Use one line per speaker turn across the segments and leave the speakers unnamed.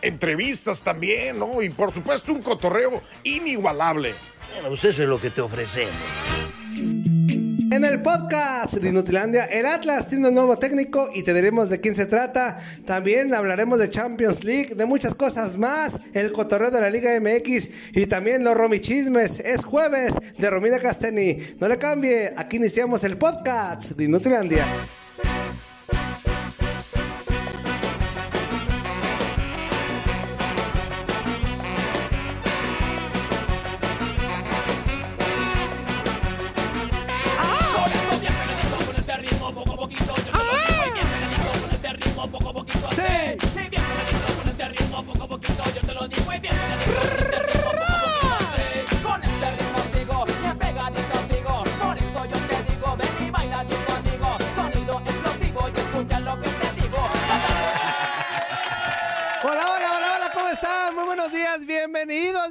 Entrevistas también, ¿no? Y por supuesto un cotorreo inigualable.
Bueno, pues eso es lo que te ofrecemos.
En el podcast de Inutilandia, el Atlas tiene un nuevo técnico y te diremos de quién se trata. También hablaremos de Champions League, de muchas cosas más, el cotorreo de la Liga MX y también los romichismes. Es jueves de Romina Casteni. No le cambie, aquí iniciamos el podcast de Inutilandia.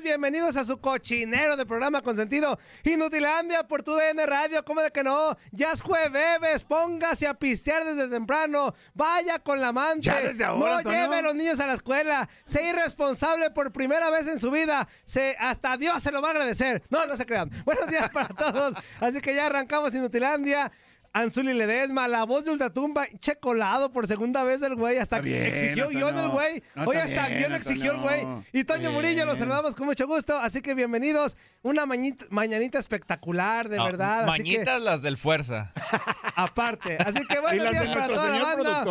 bienvenidos a su cochinero de programa con sentido Inutilandia por tu DN Radio, ¿cómo de que no? Ya es jueves, póngase a pistear desde temprano, vaya con la amante,
ya desde ahora,
no lleve a los niños a la escuela, sea irresponsable por primera vez en su vida, se, hasta Dios se lo va a agradecer, no, no se crean, buenos días para todos, así que ya arrancamos Inutilandia. Anzuli Ledesma, la voz de Ultratumba, che colado por segunda vez el güey, hasta bien, exigió guión no, el güey, no, hoy hasta bien, guión no, exigió el güey, y Toño bien. Murillo, los saludamos con mucho gusto, así que bienvenidos, una mañita, mañanita espectacular, de verdad.
Ah, Mañitas
así que,
las del Fuerza.
aparte, así que buenos días para toda la banda.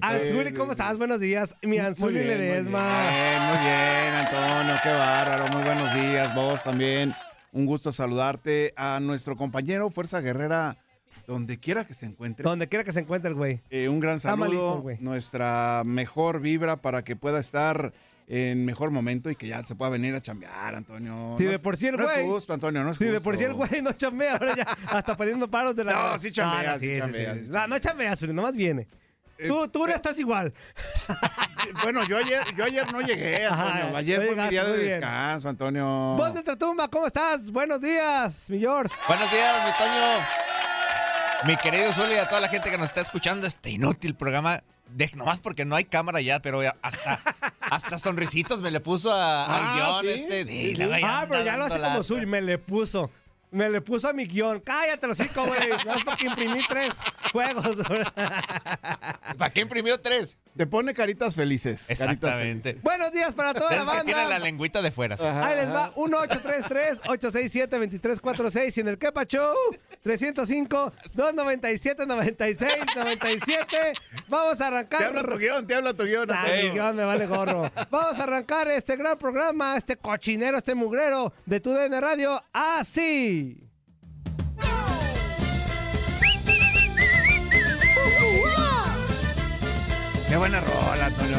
Anzuli, ¿cómo estás? Buenos días, mi Anzuli Ledesma.
Muy bien, Antonio, qué bárbaro, muy buenos días, vos también. Un gusto saludarte a nuestro compañero Fuerza Guerrera donde quiera que se encuentre.
Donde quiera que se encuentre el güey.
Eh, un gran saludo, malito, nuestra mejor vibra para que pueda estar en mejor momento y que ya se pueda venir a chambear, Antonio.
Si no de por sí el
no
güey.
es justo, Antonio, no es
si
justo.
de por sí el güey no chambea, ahora ya hasta poniendo paros de la. Ah,
No, sí chambea, no, sí, sí, chambea,
sí, sí chambea. No, chambeas, nomás viene. Eh, tú, tú no estás igual.
bueno, yo ayer, yo ayer no llegué, Antonio. Ajá, ayer no fue mi día de descanso, Antonio.
Vos de Tratumba, ¿cómo estás? Buenos días, mi George.
Buenos días, mi Toño. Mi querido Zuli, a toda la gente que nos está escuchando este inútil programa, de, nomás porque no hay cámara ya, pero hasta, hasta sonrisitos me le puso a, ah, al guión ¿sí? este. Sí,
la vaya ah, pero ya lo hace como suyo, me le puso. Me le puso a mi guión. Cállate, los cinco, güey. No es para que imprimí tres juegos.
¿Para qué imprimió tres?
Te pone caritas felices.
Exactamente. Caritas felices.
Buenos días para toda Desde la banda.
Que tiene la lengüita de fuera. ¿sí?
Ajá, Ahí les va. 1-833-867-2346. Y en el Kepa Show, 305-297-9697. Vamos a arrancar.
Te habla tu guión, te habla tu guión.
Ay, mi guión me vale gorro. Vamos a arrancar este gran programa, este cochinero, este mugrero de tu DN Radio. Así.
Qué buena rola, Antonio.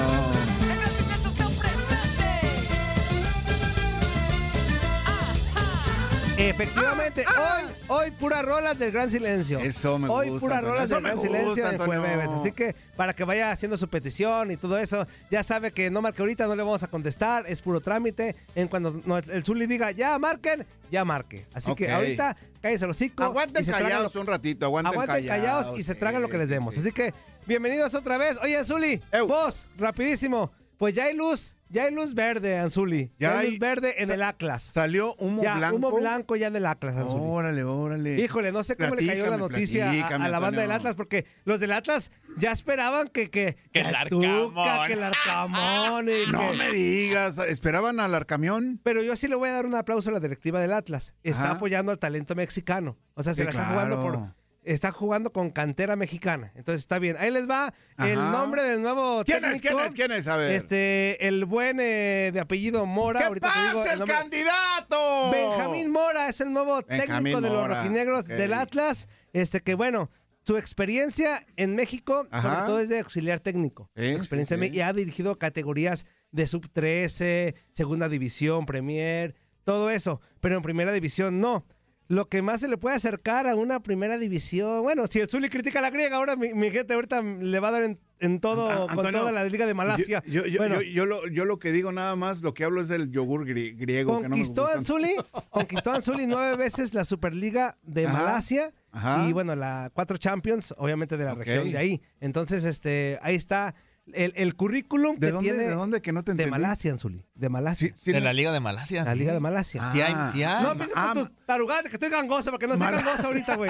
Efectivamente, ah, ah. hoy, hoy puras rolas del gran silencio.
Eso me
hoy
gusta.
Hoy puras rolas
eso
del gran
gusta,
silencio de
Antonio.
jueves. Así que para que vaya haciendo su petición y todo eso, ya sabe que no marque ahorita, no le vamos a contestar, es puro trámite. En cuando el Zuli diga ya marquen, ya marque. Así okay. que ahorita cállese los cinco.
Aguanten callados lo, un ratito, aguanten,
aguanten callados, callados. y se tragan lo que les demos. Así que bienvenidos otra vez. Oye, Zuli, Ew. vos, rapidísimo. Pues ya hay luz ya hay luz verde, Anzuli. Ya,
Ya
hay
hay-
luz verde en
sa-
el Atlas.
Salió humo
ya,
blanco.
humo blanco ya en el Atlas, Anzuli.
Órale, órale.
Híjole, no sé cómo le cayó la
Platícame,
noticia a- a,
platícame,
la banda
Antonio.
del Atlas, porque los del Atlas ya esperaban que, que,
Que el
la Tuca,
Arcamón.
que el Arcamón y
No
que-
me digas, esperaban al Arcamión.
Pero yo sí le voy a dar un aplauso a la directiva del Atlas. Está
Ajá.
apoyando al talento mexicano. O sea, se
Sí,
la está jugando
claro.
por. Está jugando con cantera mexicana. Entonces está bien. Ahí les va el
Ajá.
nombre del nuevo
¿Quién es?
técnico.
¿Quién es? ¿Quién es? A ver.
Este, el buen eh, de apellido Mora.
¡Que
Ahorita te digo
pase el,
nombre.
candidato!
Benjamín Mora es el nuevo
Benjamín
técnico de los
Mora,
rojinegros
ok.
del Atlas. Este que bueno, su experiencia en México, sobre
Ajá.
todo es de auxiliar técnico.
Sí,
Su experiencia
sí,
en-
sí.
y ha dirigido categorías de sub 13, segunda división, Premier, todo eso, pero en primera división no. Lo que más se le puede acercar a una primera división, bueno, si el Zuli critica a la griega, ahora mi, mi gente ahorita le va a dar en, en todo,
A-
con
Antonio,
toda la liga de Malasia.
Yo, yo- yo-
Bueno.
yo- yo lo, yo lo que digo nada más, lo que hablo es del yogur gri- griego.
Conquistó
que no me gusta.
Anzuli, conquistó Anzuli nueve veces la Superliga de
Ajá,
Malasia
ajá.
y bueno, la cuatro Champions, obviamente de la
Ok.
región de ahí. Entonces, este, ahí está el, el currículum
¿De
que
dónde?
tiene
¿De dónde? Que no te
de
entendí.
Malasia, Anzuli, de
Sí,
Malasia,
sí,
de la Liga de Malasia.
la
sí.
Liga de Malasia.
Ah,
Sí hay, sí hay.
No empieces
ah,
con tus tarugadas de que estoy gangosa, porque no estoy
Mala-
gangosa ahorita, güey.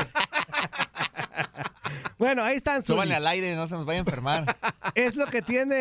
bueno, ahí está Anzuli.
Súbanle al aire, no se nos vaya a enfermar.
Es lo que tiene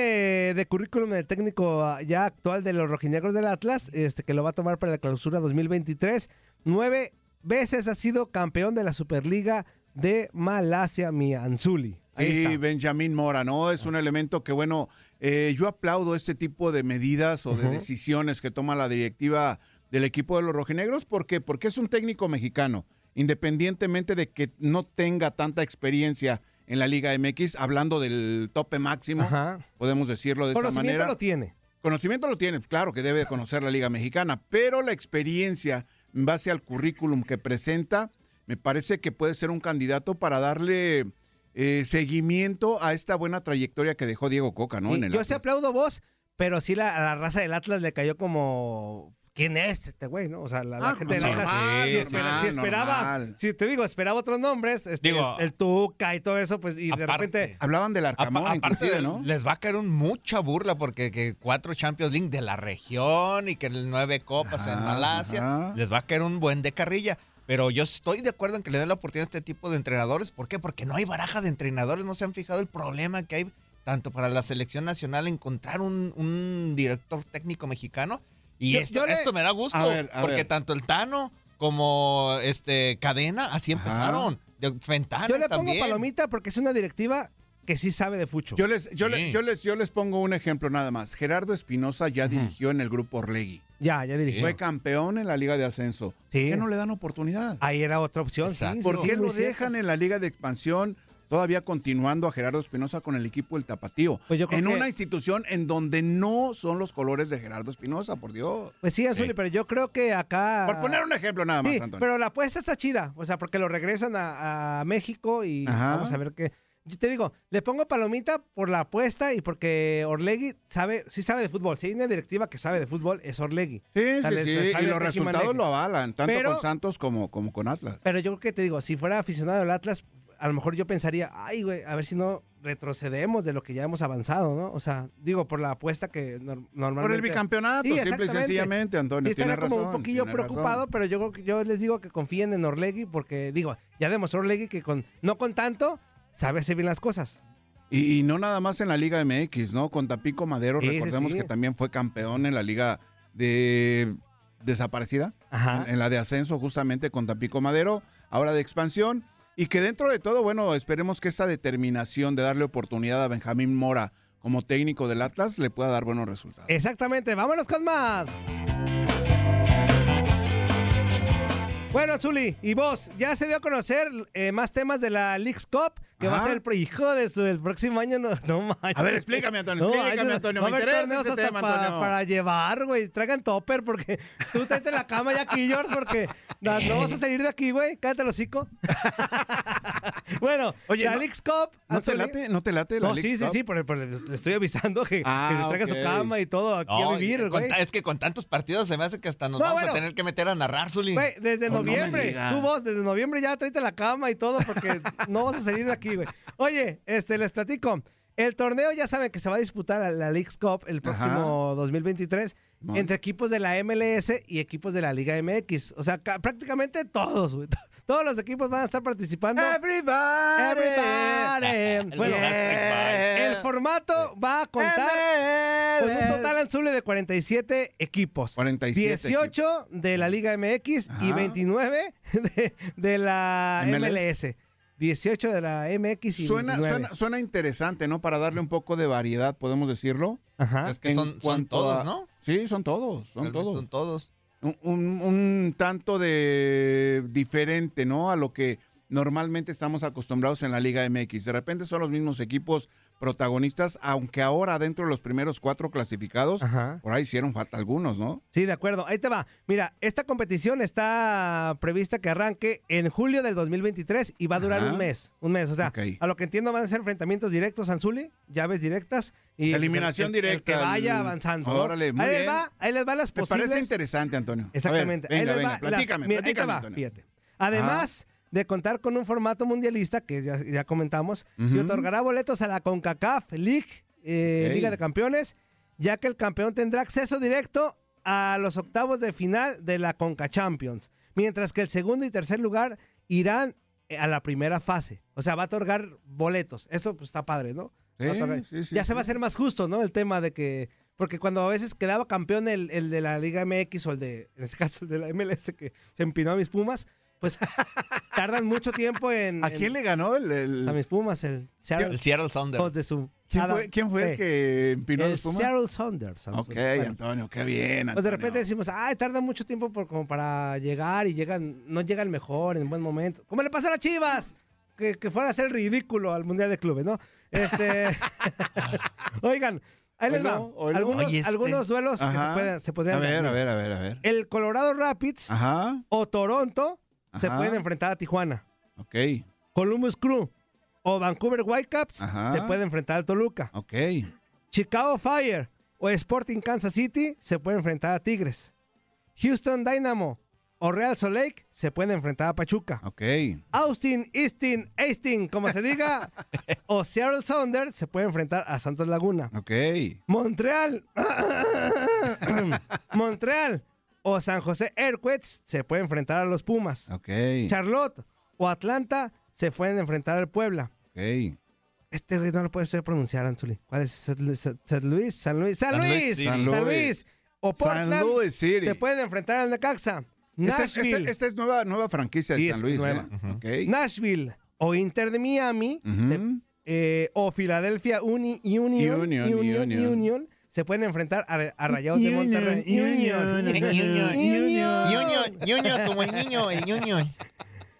de currículum el técnico ah, ya actual de los rojinegros del Atlas, este que lo va a tomar para la clausura 2023. Nueve veces ha sido campeón de la Superliga de Malasia, mi Anzuli. Ahí
Sí,
está.
Benjamín Mora, ¿no? Es un elemento que, bueno, eh, yo aplaudo este tipo de medidas o de decisiones que toma la directiva del equipo de los rojinegros. ¿Por qué? Porque es un técnico mexicano, independientemente de que no tenga tanta experiencia en la Liga MX, hablando del tope máximo,
Ajá.
podemos decirlo de esa
Conocimiento
manera.
lo tiene.
Conocimiento lo tiene, claro que debe conocer la Liga Mexicana, pero la experiencia en base al currículum que presenta, me parece que puede ser un candidato para darle eh, seguimiento a esta buena trayectoria que dejó Diego Coca, ¿no?
Y
En el
yo sí
Atlas.
aplaudo vos, pero sí la, a la raza del Atlas le cayó como. ¿Quién es este güey? ¿no? O sea, la, la
Ah,
gente del
normal,
Atlas.
normal,
espera- si esperaba,
normal.
si te digo, esperaba otros nombres, este,
Digo,
el Tuca y todo eso, pues, y de
aparte,
repente.
Hablaban del Arcamón,
Apa- aparte,
inclusive,
de-
¿no?
les va a caer un mucha burla porque que cuatro Champions League de la región y que el nueve copas en
Ajá,
Malasia,
ajá.
les va a caer un buen de carrilla. Pero yo estoy de acuerdo en que le den la oportunidad a este tipo de entrenadores. ¿Por qué? Porque no hay baraja de entrenadores. No se han fijado el problema que hay tanto para la selección nacional encontrar un, un director técnico mexicano. Y
Yo-
esto,
yo le-
esto me da gusto.
A ver, a
porque
ver.
tanto el Tano como este Cadena, así
Ajá.
empezaron. De
Ah,
Fentanes
Yo le pongo
también.
palomita porque es una directiva que sí sabe de fucho.
Yo les, yo, le-
Sí.
yo les, yo les pongo un ejemplo nada más. Gerardo Espinosa ya dirigió en el grupo Orlegui.
ya, ya dirigí.
Fue campeón en la Liga de Ascenso.
Sí.
¿Por qué no le dan oportunidad?
Ahí era otra opción, sí,
Exacto.
sí.
¿Por
sí,
qué
muy
lo
cierto.
dejan en la Liga de Expansión? Todavía continuando a Gerardo Espinosa con el equipo El Tapatío.
Pues yo creo
en
que-
una institución en donde no son los colores de Gerardo Espinosa, por Dios.
Pues sí, Azuli, pero yo creo que acá.
Por poner un ejemplo nada más,
Ah. Sí,
Antonio.
pero la apuesta está chida. O sea, porque lo regresan a, a México y
Ajá.
vamos a ver qué. Yo te digo, le pongo palomita por la apuesta y porque Orlegui sabe, sí sabe de fútbol. Si hay una directiva que sabe de fútbol, es Orlegui.
Sí,
Sale-
sí, sí.
sale
Y los
Ricky
resultados
Manejo.
lo avalan, tanto
Pero-
con Santos como, como con Atlas.
Pero yo creo que te digo, si fuera aficionado al Atlas, a lo mejor yo pensaría, ay, güey, a ver si no retrocedemos de lo que ya hemos avanzado, ¿no? O sea, digo, por la apuesta que nor- normalmente.
Por el bicampeonato,
Sí,
simple y
exactamente.
sencillamente, Antonio.
Sí, estaría
tienes
como un
razón,
poquillo
tienes razón.
preocupado, pero yo creo que yo les digo que confíen en Orlegui porque, digo, ya demostró Orlegui que con no con tanto sabe hacer bien las cosas.
Y, y no nada más en la Liga MX, ¿no? Con Tampico Madero,
Sí, sí,
recordemos
sí.
que también fue campeón en la Liga de Desaparecida,
Ajá.
en la de ascenso justamente con Tampico Madero, ahora de expansión. Y que dentro de todo, bueno, esperemos que esa determinación de darle oportunidad a Benjamín Mora como técnico del Atlas le pueda dar buenos resultados.
Exactamente, vámonos con más. Bueno, Zuli, y vos, ya se dio a conocer eh, más temas de la Leagues Cup, que va a
Ajá.
ser el pro- hijo de su, el próximo año, no, no manches.
A ver, explícame, Antonio, explícame,
manches,
Antonio,
va a
me
haber
interesa
torneos
ese
hasta
tema,
pa-
Antonio.
Para llevar, güey, traigan topper, porque tú tráete la cama ya aquí, George, porque na- no, vas a salir de aquí, güey, cállate el hocico. bueno,
Oye,
la
no-
Leagues Cup.
¿No te
Anzuli-
late? ¿No te late la
No,
Leagues
sí, sí,
Cup?
sí, por, por- le estoy avisando que,
Ah,
que se traiga su
ok.
cama y todo aquí
No,
a vivir,
y-
güey.
con ta- es que con tantos partidos se me hace que hasta nos
No,
vamos
bueno.
a tener que meter a narrar, Zuli.
Güey, desde
Oh, no me
noviembre,
digas.
tú vos, desde noviembre ya tráete la cama y todo porque no vas a salir de aquí, güey. Oye, este, les platico. El torneo ya saben que se va a disputar a la Leagues Cup el próximo 2023
Mon.
entre equipos de la MLS y equipos de la Liga MX. O sea, ca- prácticamente todos, güey. To- Todos los equipos van a estar participando.
Everybody.
Everybody. Bueno,
Yeah.
el formato va a contar con un total anzule de 47 equipos.
47
18 de la Liga MX y
Ajá.
29 de, de la
MLS.
MLS. 18 de la MX y
Suena,
29.
suena, suena interesante, ¿no? Para darle un poco de variedad, podemos decirlo.
Ajá.
Es que
En
son, son
cuanto
todos,
a-
¿no?
Sí, son todos, son
Realmente
todos.
Son todos.
Un, un- un tanto de diferente, ¿no? A lo que normalmente estamos acostumbrados en la Liga MX. De repente son los mismos equipos protagonistas, aunque ahora dentro de los primeros cuatro clasificados,
Ajá.
por ahí hicieron falta algunos, ¿no?
Sí, de acuerdo. Ahí te va. Mira, esta competición está prevista que arranque en julio del 2023 y va a durar
Ajá.
un mes. Un mes. O sea,
Ok.
a lo que entiendo van a ser enfrentamientos directos, Anzuli, llaves directas y
Eliminación
el- el- el que
directa,
vaya
el-
avanzando. ¿no?
Órale, muy
ahí les
bien.
va, ahí les va las
Me parece
posibles.
Pues interesante, Antonio. A ver,
Exactamente. Ahí
venga,
les
venga,
va las-
platícame,
mira, ahí te
platícame,
va,
Antonio.
fíjate. Además de contar con un formato mundialista, que ya, ya comentamos, y otorgará boletos a la CONCACAF League, eh,
Ok.
Liga de Campeones, ya que el campeón tendrá acceso directo a los octavos de final de la CONCA Champions, mientras que el segundo y tercer lugar irán eh, a la primera fase. O sea, va a otorgar boletos. Eso pues, está padre, ¿no? Va a
Sí,
otorgar-
sí, sí,
ya se va a
sí.
ser más justo, ¿no? El tema de que. Porque cuando a veces quedaba campeón el, el de la Liga MX o el de, en este caso, el de la MLS que se empinó a mis pumas, pues tardan mucho tiempo en.
¿A quién
en-
le ganó el...? el-
Pues A mis pumas, el Seattle
El Seattle Sounder.
Sounders de su.
¿Quién
Adam-
fue, quién fue el
sí,
que empinó
El
los Pumas?
Seattle Sounders.
Ok,
Bueno,
Antonio, qué
pues
bien.
de
Antonio.
repente decimos, ay, tarda mucho tiempo por, como para llegar y llegan, no llega el mejor en buen momento. ¿Cómo le pasa a las chivas? Que, que fuera a ser ridículo al Mundial de Clubes, ¿no? Este. Oigan, ahí les va.
Oilo, oilo.
Algunos,
Oye, este-
algunos duelos que se,
Ajá.
pueden- se podrían
A ver,
dar.
a ver, a ver, a ver.
El Colorado Rapids
Ajá,
o Toronto se
Ajá.
pueden enfrentar a Tijuana.
ok,
Columbus Crew o Vancouver Whitecaps
Ajá.
se pueden enfrentar al Toluca.
ok.
Chicago Fire o Sporting Kansas City se pueden enfrentar a Tigres. Houston Dynamo o Real Salt Lake se pueden enfrentar a Pachuca.
Ok.
Austin, Eastin, Astin, como se diga, o Seattle Sounders se pueden enfrentar a Santos Laguna.
Ok.
Montreal, Montreal o San José Earthquakes se pueden enfrentar a los Pumas.
Ok.
Charlotte o Atlanta se pueden enfrentar al Puebla.
Ok.
Este güey no lo puede pronunciar, Anzuli. ¿Cuál es? ¿San Luis? ¿San Luis? ¿San Luis? ¡San
San Luis
Luis!
City.
¡San Luis!
San
O Portland
San Luis City.
se pueden enfrentar al Necaxa.
Esta, es-
Nashville.
esta- esta es nueva, nueva franquicia de
Sí,
San
es
Luis.
nueva.
¿eh?
Nashville o Inter de Miami
Ujú.
se- eh, o Filadelfia Uni- Union,
Union,
Union,
Union.
Union, se pueden enfrentar a, a Rayados de Monterrey.
Union,
Union,
Union.
Junior, Junior, como el niño, el Junior.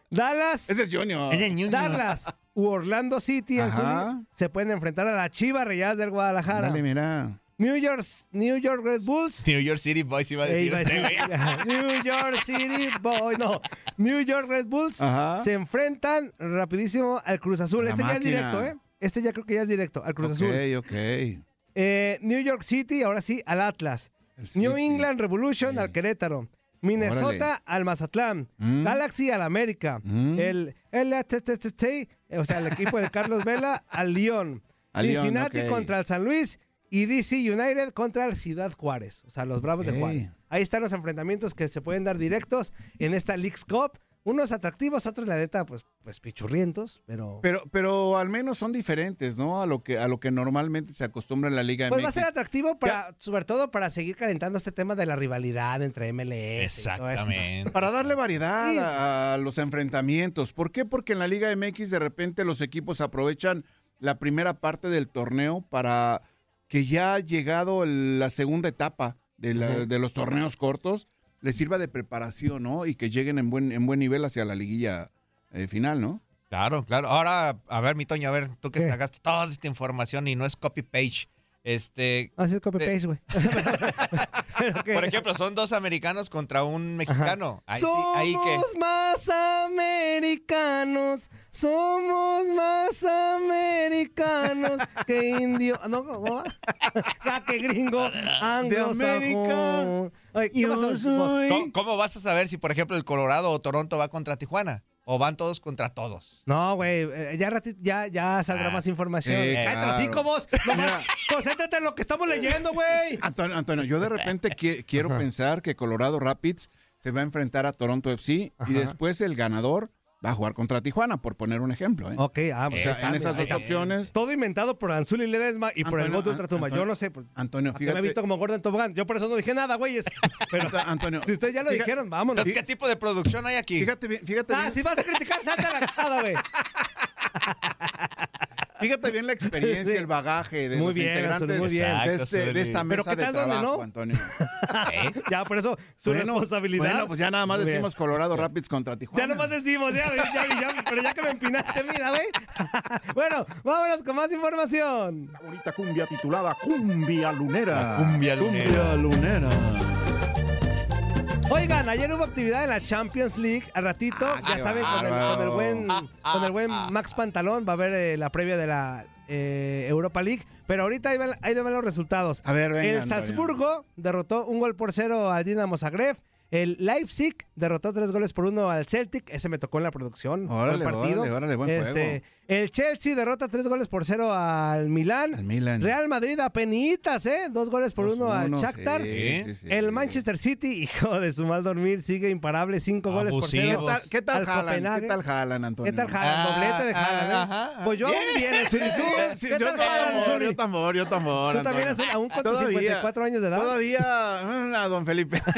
Dallas,
Ese es Junior.
Es el Junior.
Dallas u Orlando City Anzuli,
Ajá.
se pueden enfrentar a la Chiva Rayadas del Guadalajara.
Dale, mira.
New York, New York Red Bulls
New York City Boys iba a
Eh,
decir.
iba a
este, güey.
decir, ajá, New York City Boy, no. New York Red Bulls
Ajá.
se enfrentan rapidísimo al Cruz Azul.
La
Este ya es
máquina.
directo, ¿eh? Este ya creo que ya es directo, al Cruz
ok,
Azul.
ok. El
Eh, New York City, ahora sí, al Atlas. New
City.
England Revolution
Sí.
al Querétaro. Minnesota
Órale.
al Mazatlán. Galaxy al América.
Mm.
El LTTT, o sea, el equipo de Carlos Vela al Lyon.
Al Lyon,
Cincinnati
ok.
contra el San Luis y DC United contra el Ciudad Juárez, o sea, los Bravos
Ok.
de Juárez. Ahí están los enfrentamientos que se pueden dar directos en esta Leagues Cup. Unos atractivos, otros la neta, pues, pues pichurrientos, pero...
Pero, pero al menos son diferentes, ¿no? A lo que, a lo que normalmente se acostumbra en la Liga
Pues
MX.
va a ser atractivo, para, sobre todo para seguir calentando este tema de la rivalidad entre MLS. y todo eso, o sea.
Exactamente.
Para darle variedad
Sí.
a, a los enfrentamientos. ¿Por qué? Porque en la Liga MX de repente los equipos aprovechan la primera parte del torneo para que ya ha llegado el- la segunda etapa de, la- de los torneos cortos, les sirva de preparación, ¿no? Y que lleguen en buen, en buen nivel hacia la liguilla eh, final, ¿no?
Claro, claro. Ahora, a ver, mi Toño, a ver, tú que
¿Qué?
sacaste toda esta información y no es copy-page. Este,
Así Ah, es copy paste, güey. Pero que-
por ejemplo, son dos americanos contra un mexicano. Ahí, sí,
somos
ahí que...
más americanos, somos más americanos que indio, no, ¿cómo va? Ya que gringo, anglosajón.
América,
Ay, ¿qué pasó?
soy-
¿Cómo, cómo vas a saber si, por ejemplo, el Colorado o Toronto va contra Tijuana? o van todos contra todos?
No, güey, eh, ya ratito, ya, ya saldrá
Ah,
más información.
sí,
Cállate
claro.
los cinco vos. Nomás, concéntrate en lo que estamos leyendo, güey.
Antonio, Antonio, yo de repente qui- quiero pensar que Colorado Rapids se va a enfrentar a Toronto FC y después el ganador va a jugar contra Tijuana, por poner un ejemplo. ¿eh?
Ok, ah, pues
O sea,
ahí está,
en
mira,
esas
ahí
dos
está.
opciones.
Todo inventado por Anzuli Ledesma y por el
Antonio,
voto de Ultratumba.
Antonio,
Yo no sé. pues,
Antonio,
hasta Me he
fíjate.
visto como Gordon Tobogán. Yo por eso no dije nada, güeyes. Pero
Anta- Antonio,
si ustedes ya lo
fíjate-
dijeron, vámonos.
Entonces, ¿qué tipo de producción hay aquí?
Fíjate bien, fíjate
Ah,
bien,
si vas a criticar, salta a la casa, güey.
fíjate bien la experiencia,
Sí.
el bagaje de
Muy
los
bien, Azul,
integrantes
muy bien.
de,
Exacto,
este- de esta
Azul.
Pero
mesa
¿qué
de
tal donde
trabajo,
no?
Antonio.
¿Eh?
Ya, por eso, su
Bueno,
responsabilidad.
Bueno, pues ya nada más
Muy bien.
decimos Colorado Rapids contra Tijuana.
Ya nomás decimos, ya, ya, ya, pero ya que me empinaste, mira, güey. Bueno, vámonos con más información.
Bonita cumbia titulada Cumbia Lunera.
Cumbia lunera.
Ah. lunera.
Oigan, ayer hubo actividad en la Champions League. Al ratito, ya
Ah, qué
saben, con el,
bárbaro. Ah,
con el buen, con el buen Max Pantalón va a haber eh, la previa de la eh, Europa League. Pero ahorita ahí van, ahí van los resultados.
A ver, venga,
El
Antonio.
Salzburgo derrotó un gol por cero al Dinamo Zagreb. El Leipzig derrotó tres goles por uno al Celtic. Ese me tocó en la producción.
Órale,
buen partido. Este,
órale, órale, buen juego.
El Chelsea derrota tres goles por cero al Milán.
Al Milan.
Real Madrid a penitas, ¿eh? Dos goles por uno, al Shakhtar.
sí, sí, sí.
El Manchester City, hijo de su mal dormir, sigue imparable, cinco goles por
¿Qué
cero.
Abusivos.
tal, qué tal
Al
jalan?
Copenhague.
¿Qué tal jalan, Antonio?
¿Qué tal Haaland?
Ah,
Doblete de
ah,
Haaland, ¿eh?
ajá,
Pues yo hago
bien.
bien, el Zuri Zuri.
Sí,
¿Qué
yo
tal Haaland,
tambor,
Zuri?
yo tambor, yo tambor.
Tú también
Antonio.
eres un- aún con tus
Todavía-
54 años de edad.
Todavía, mm, a don Felipe.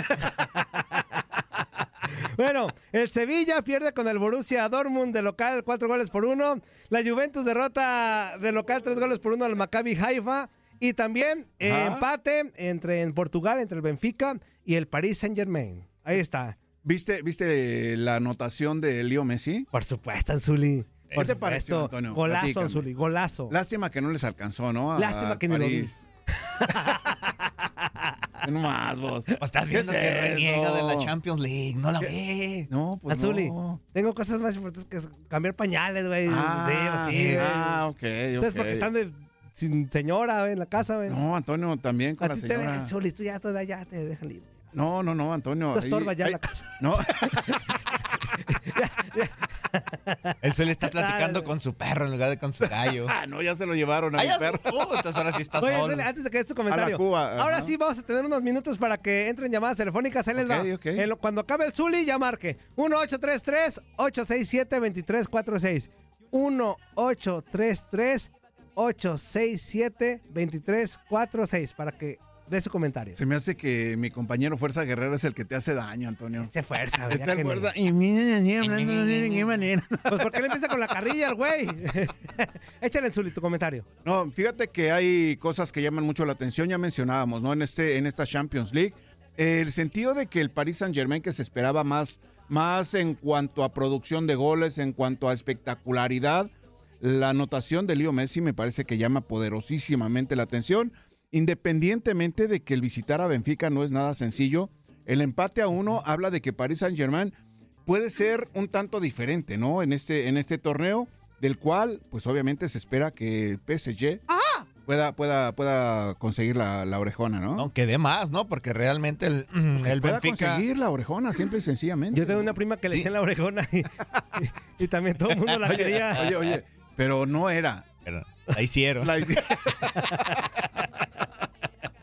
Bueno, el Sevilla pierde con el Borussia Dortmund de local cuatro goles por uno. La Juventus derrota de local tres goles por uno al Maccabi Haifa. Y también eh, empate entre en Portugal, entre el Benfica y el Paris Saint Germain. Ahí está.
¿Viste, ¿Viste la anotación de Leo Messi?
Por supuesto, Anzuli.
¿Qué
Por
te
supuesto.
pareció, Antonio?
Golazo,
Platícame.
Anzuli, golazo.
Lástima que no les alcanzó, ¿no? A
Lástima que ni lo vi.
París. no más vos.
Pues estás viendo
¿Qué es
que reniega de la
eso?
Champions League. No la ve.
No, pues
Anzuli,
no.
tengo cosas más importantes que cambiar pañales, güey.
Ah,
sí, sí, güey.
ah, ok,
Ustedes
ok.
porque están de- sin señora güey, en la casa, güey.
No, Antonio, también con
A
la
ti te ven,
señora.
Anzuli, tú ya toda ya te dejan libre.
No, no, no, Antonio.
Tú
ahí-
estorbas ya en
ahí-
la casa.
No,
El Zuli está platicando
Dale.
con su perro en lugar de con su gallo.
ah, no, ya se lo llevaron a
Ay,
mi perro.
uh, entonces ahora sí estás
Oye,
solo.
Anzuli, antes de que des tu comentario.
Cuba, ajá.
ahora sí vamos a tener unos minutos para que entren llamadas telefónicas. Ahí les
Ok,
va.
ok.
En lo- cuando acabe el Zuli, ya marque. 1-833-867-2346. 1-833-867-2346. Para que dé su comentario.
Se me hace que mi compañero Fuerza Guerrera es el que te hace daño, Antonio.
Se fuerza, güey, ya
Está
que
en
no.
Este, fuerza. Y mira, ni hablando de qué manera.
Pues ¿por qué le empieza con la carrilla al güey? Échale, Zuli, tu comentario.
No, fíjate que hay cosas que llaman mucho la atención, ya mencionábamos, ¿no? En este, en esta Champions League. El sentido de que el Paris Saint Germain, que se esperaba más, más en cuanto a producción de goles, en cuanto a espectacularidad, la anotación de Leo Messi me parece que llama poderosísimamente la atención. Independientemente de que el visitar a Benfica no es nada sencillo, el empate a uno habla de que Paris Saint Germain puede ser un tanto diferente, ¿no? En este, en este torneo, del cual, pues obviamente se espera que el PSG pueda, pueda, pueda conseguir la, la orejona, ¿no?
No, que dé más, ¿no? Porque realmente el,
Pues
el
pueda
Benfica...
conseguir la orejona, simple y sencillamente.
Yo tengo una prima que le
Sí.
decía en la orejona y, y- y también todo el mundo la quería.
Oye, oye, pero no era.
Pero la hicieron.
La-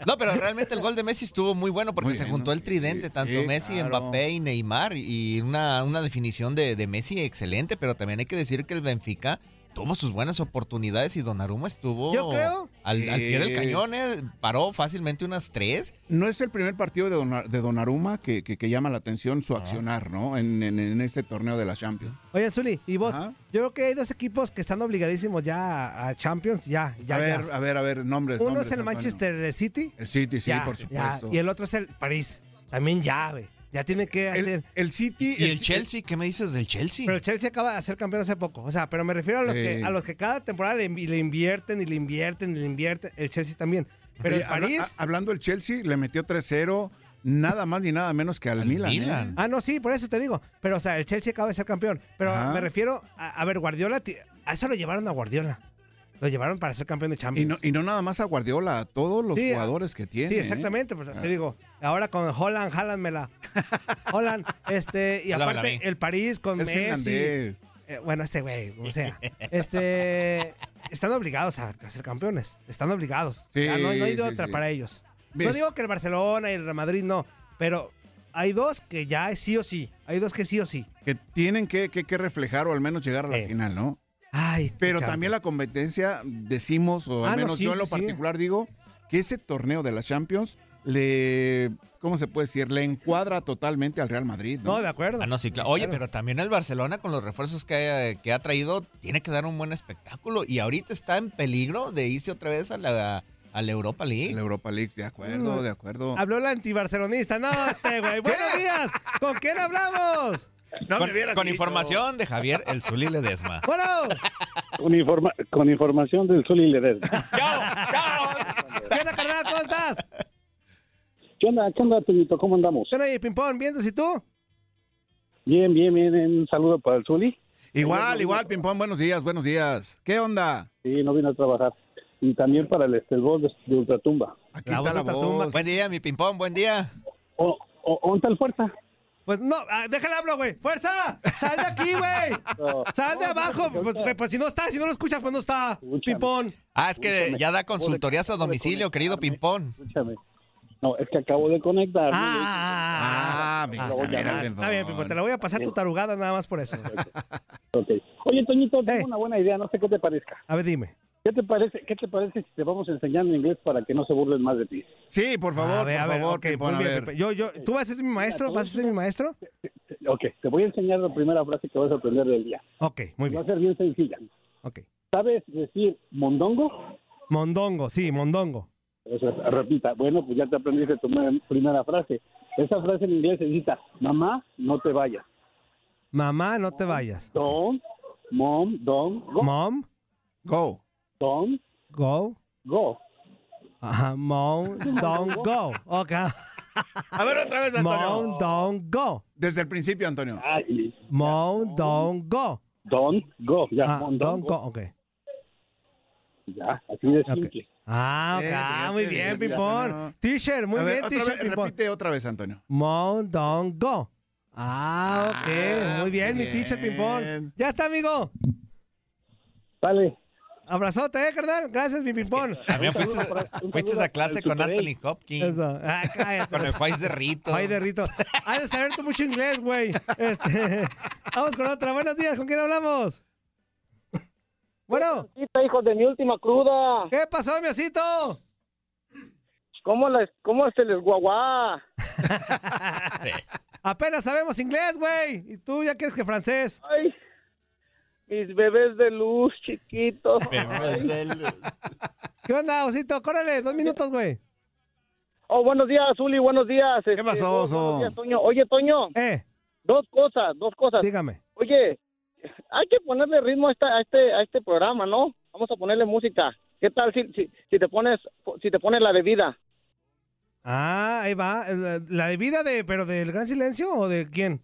No, pero realmente el gol de Messi estuvo muy bueno porque
Muy
se
bien,
juntó
¿no?
el tridente,
Sí,
tanto
sí,
Messi,
claro.
Mbappé y Neymar, y una, una definición de, de Messi excelente, pero también hay que decir que el Benfica tuvo sus buenas oportunidades y Donnarumma estuvo
Yo creo.
al, al pie del
Sí.
cañón, eh, paró fácilmente unas tres.
no es el primer partido de, Dona- de Donnarumma que, que- que llama la atención su accionar, ¿no? En, en- en este torneo de la Champions.
Oye, Zuli, y vos,
Ajá.
yo creo que hay dos equipos que están obligadísimos ya a- a Champions, ya, ya. ya.
a ver, a ver, a ver, nombres.
Uno
nombres,
es el
Antonio.
Manchester City.
El City, sí,
ya,
por
ya,
supuesto.
y el otro es el París. También ya, güey. Ya tiene que hacer.
el, el City.
¿Y el
Ci-
Chelsea? ¿Qué me dices del Chelsea?
Pero el Chelsea acaba de ser campeón hace poco. O sea, pero me refiero a los, que,
Sí.
a los que cada temporada le, invi- le invierten y le invierten y le invierten. El Chelsea también. Pero
Oye,
el
habla- ah,
París.
a- hablando el Chelsea, le metió 3-0, nada más ni nada menos que al,
Al
Milan. ¿eh?
Milan.
Ah, no, sí, por eso te digo. Pero, o sea, el Chelsea acaba de ser campeón. Pero
Ajá.
me refiero a, a ver, Guardiola. ti- A eso lo llevaron a Guardiola. Lo llevaron para ser campeón de
Y
Champions.
no, y no nada más a Guardiola, a todos los
Sí, a-
jugadores que tiene.
Sí,
¿eh?
exactamente. Pues, Te digo, ahora con Holland, Haaland me la. Holland, este, y
Hálamela a
aparte
mí.
el París con
Es
Messi.
finlandés.
Eh, bueno, este güey, o sea, este. Están obligados a, a ser campeones. Están obligados.
Sí,
Ya no, hay- no hay de
sí,
otra
sí.
para ellos. No
¿Ves?
digo que el Barcelona y el Real Madrid no, pero hay dos que ya es sí o sí. Hay dos que sí o sí.
Que tienen que, que, que reflejar o al menos llegar a la
Eh.
final, ¿no?
Ay,
Pero
Champions.
también la competencia, decimos, o al
Ah, no,
menos
sí,
yo en
sí,
lo
sí.
particular digo, que ese torneo de la Champions le, ¿cómo se puede decir? Le encuadra totalmente al Real Madrid, ¿no?
No, de acuerdo.
Ah, no, sí, claro. Oye,
Claro.
pero también el Barcelona con los refuerzos que, ha- que ha traído tiene que dar un buen espectáculo y ahorita está en peligro de irse otra vez a la, a la Europa
La
League.
Europa League, de acuerdo, de acuerdo.
Habló el antibarcelonista. No, este güey. Buenos días. ¿Con quién hablamos?
con con información de Javier El Zuli Ledesma.
Bueno,
Con, informa- con información del Sol y Ledesma.
¡Chao! ¡Chao!
¿qué onda, carnal? ¿Cómo estás?
¿Qué onda, qué onda, Toñito? ¿Cómo andamos?
Bueno, y Pimpón, ¿vienes y tú?
Bien, bien, bien. Un saludo para el Zuli.
Igual, igual, Pimpón, buenos días, buenos días. ¿Qué onda?
Sí, no vino a trabajar. Y también para el Estelbol de, de Ultratumba.
Aquí
La
está
voz de
la
Tatumba.
voz.
Buen día, mi ping-pong, buen día.
O, o, ¿On tal fuerza?
Pues no, ah, déjala hablo, güey. ¡Fuerza! ¡Sal de aquí, güey!
No.
¡Sal de
No, no,
abajo!
porque
Pues,
ahorita-
güey, pues si no está, si no lo escuchas, pues no está.
Escúchame.
Pimpón.
Ah, es que ya da consultorías a domicilio, querido ping-pong.
Escúchame. No, es que acabo de conectar.
Ah, mira,
voy a
mira,
llamar.
Pimpón.
Está
ah,
bien, Pimpón. Te la voy a pasar tu tarugada nada más por eso.
Oye, Toñito, tengo
Eh.
una buena idea. No sé qué te parezca.
A ver, dime.
¿Qué te parece, qué te parece si te vamos enseñando inglés para que no se burlen más de ti?
Sí, por favor,
a ver,
por
a ver,
favor,
ok, muy
Pimpón, a
bien,
ver.
Pimpón. Yo, yo, ¿Tú vas a ser mi maestro? ¿Vas a ser mi maestro?
Ok, te voy a enseñar la primera frase que vas a aprender del día.
Ok, muy
Va a
bien.
ser bien sencilla.
Ok.
¿Sabes decir mondongo?
Mondongo, sí, mondongo.
Eso es, repita, bueno, pues ya te aprendiste tu me- primera frase. Esa frase en inglés se dice, mamá, no te vayas.
Mamá, no te vayas.
Don't, mom, don't, go.
Mom,
Go.
Don't,
go.
go.
Ajá, mom, don't go. Ok.
A ver, otra vez,
Mom,
Antonio.
don't go.
Desde el principio, Antonio.
Ah, y
Mom, don't go.
don't, go. Ya,
Ah,
mom,
don't go, ok.
Ya, así de
Ok.
simple.
Ah,
Eh,
Bien,
ah,
bien,
muy
bien,
bien,
bien,
Pipón.
Antonio.
Teacher, muy
a ver,
bien,
otra
teacher,
vez,
Pipón.
repite otra vez, Antonio.
Mom, don't go. Ah, ok. muy bien, mi
bien.
teacher, Pipón. Ya está, amigo.
Sale.
Abrazote, eh, carnal. Gracias, mi Pipón.
También fuiste, fuiste a clase con Anthony Hopkins,
Eso. Ah, cállate.
con el Juárez de Rito.
Ay, de rito. Has de saber tú mucho inglés, güey. Este, vamos con otra. Buenos días, ¿con quién hablamos? Bueno,
hijos de mi última cruda.
¿qué pasó, mi osito?
¿Cómo, les, cómo se les guaguá?
Apenas sabemos inglés, güey. Y tú ya quieres que francés.
Ay, mis bebés de luz chiquitos.
¿Qué onda, osito? Córrele, dos minutos, güey.
Oh, buenos días, Uli, buenos días. ¿Qué
pasó, oso?
Toño. Oye, Toño,
Eh,
dos cosas, dos cosas.
dígame.
Oye, hay que ponerle ritmo a, esta- a este, a este programa, ¿no? Vamos a ponerle música. ¿Qué tal si, si, si te pones si te pones la bebida?
Ah, ahí va. La, la bebida de, pero del gran silencio o de quién?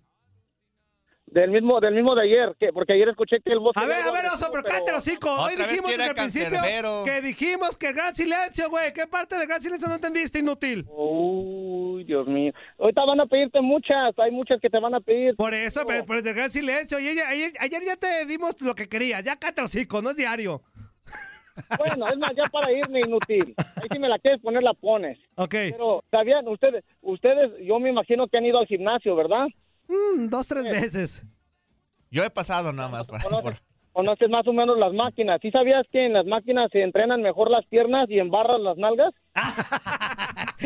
Del mismo, del mismo de ayer, que, porque ayer escuché que el voz.
A ver, a ver, oso, pero cállate el hocico. Hoy
Otra vez
dijimos
que era
desde el principio
cancerbero.
que dijimos que el gran silencio, güey. ¿Qué parte del gran silencio no entendiste, inútil?
Uy, Dios mío. Ahorita van a pedirte muchas, hay muchas que te van a pedir.
Por eso, pero, pero es el gran silencio. Y ella- ayer, ayer ya te dimos lo que querías. Ya cállate el hocico, no es diario.
Bueno, es más, ya para irme, inútil. Ahí si me la quieres poner, la pones.
Ok.
Pero, ¿sabían ustedes? Ustedes, yo me imagino que han ido al gimnasio, ¿verdad?
Mm, dos, tres veces.
Yo he pasado nada más. por- por-
¿Conoces, conoces más o menos las máquinas. ¿Sí sabías que en las máquinas se entrenan mejor las piernas y embarras las nalgas?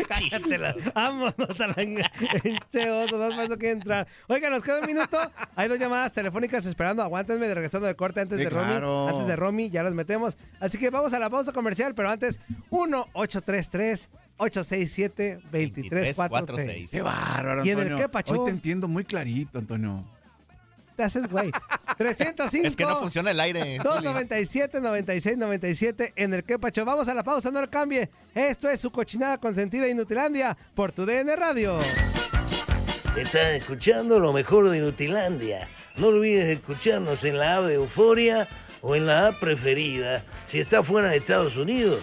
Cállate la. Vámonos a la enche oso, dos más no quiere entrar. Oiga, nos queda un minuto. Hay dos llamadas telefónicas esperando. Aguántenme de regresando de corte antes
Sí,
de Romy.
claro.
Antes de Romy, ya las metemos. Así que vamos a la pausa comercial, pero antes, 1-833. 867-2346.
2346.
Qué bárbaro,
¿Y
Antonio.
en el qué, Pacho?
Hoy te entiendo muy clarito, Antonio.
Te haces, güey. 305.
Es que no funciona el aire. Zuli.
297, 96, 97 en el Quepacho. Vamos a la pausa, no lo cambie. Esto es su cochinada consentida Inutilandia por tu DN Radio.
Estás escuchando lo mejor de Nutilandia. No olvides escucharnos en la app de Euforia o en la app preferida si está fuera de Estados Unidos.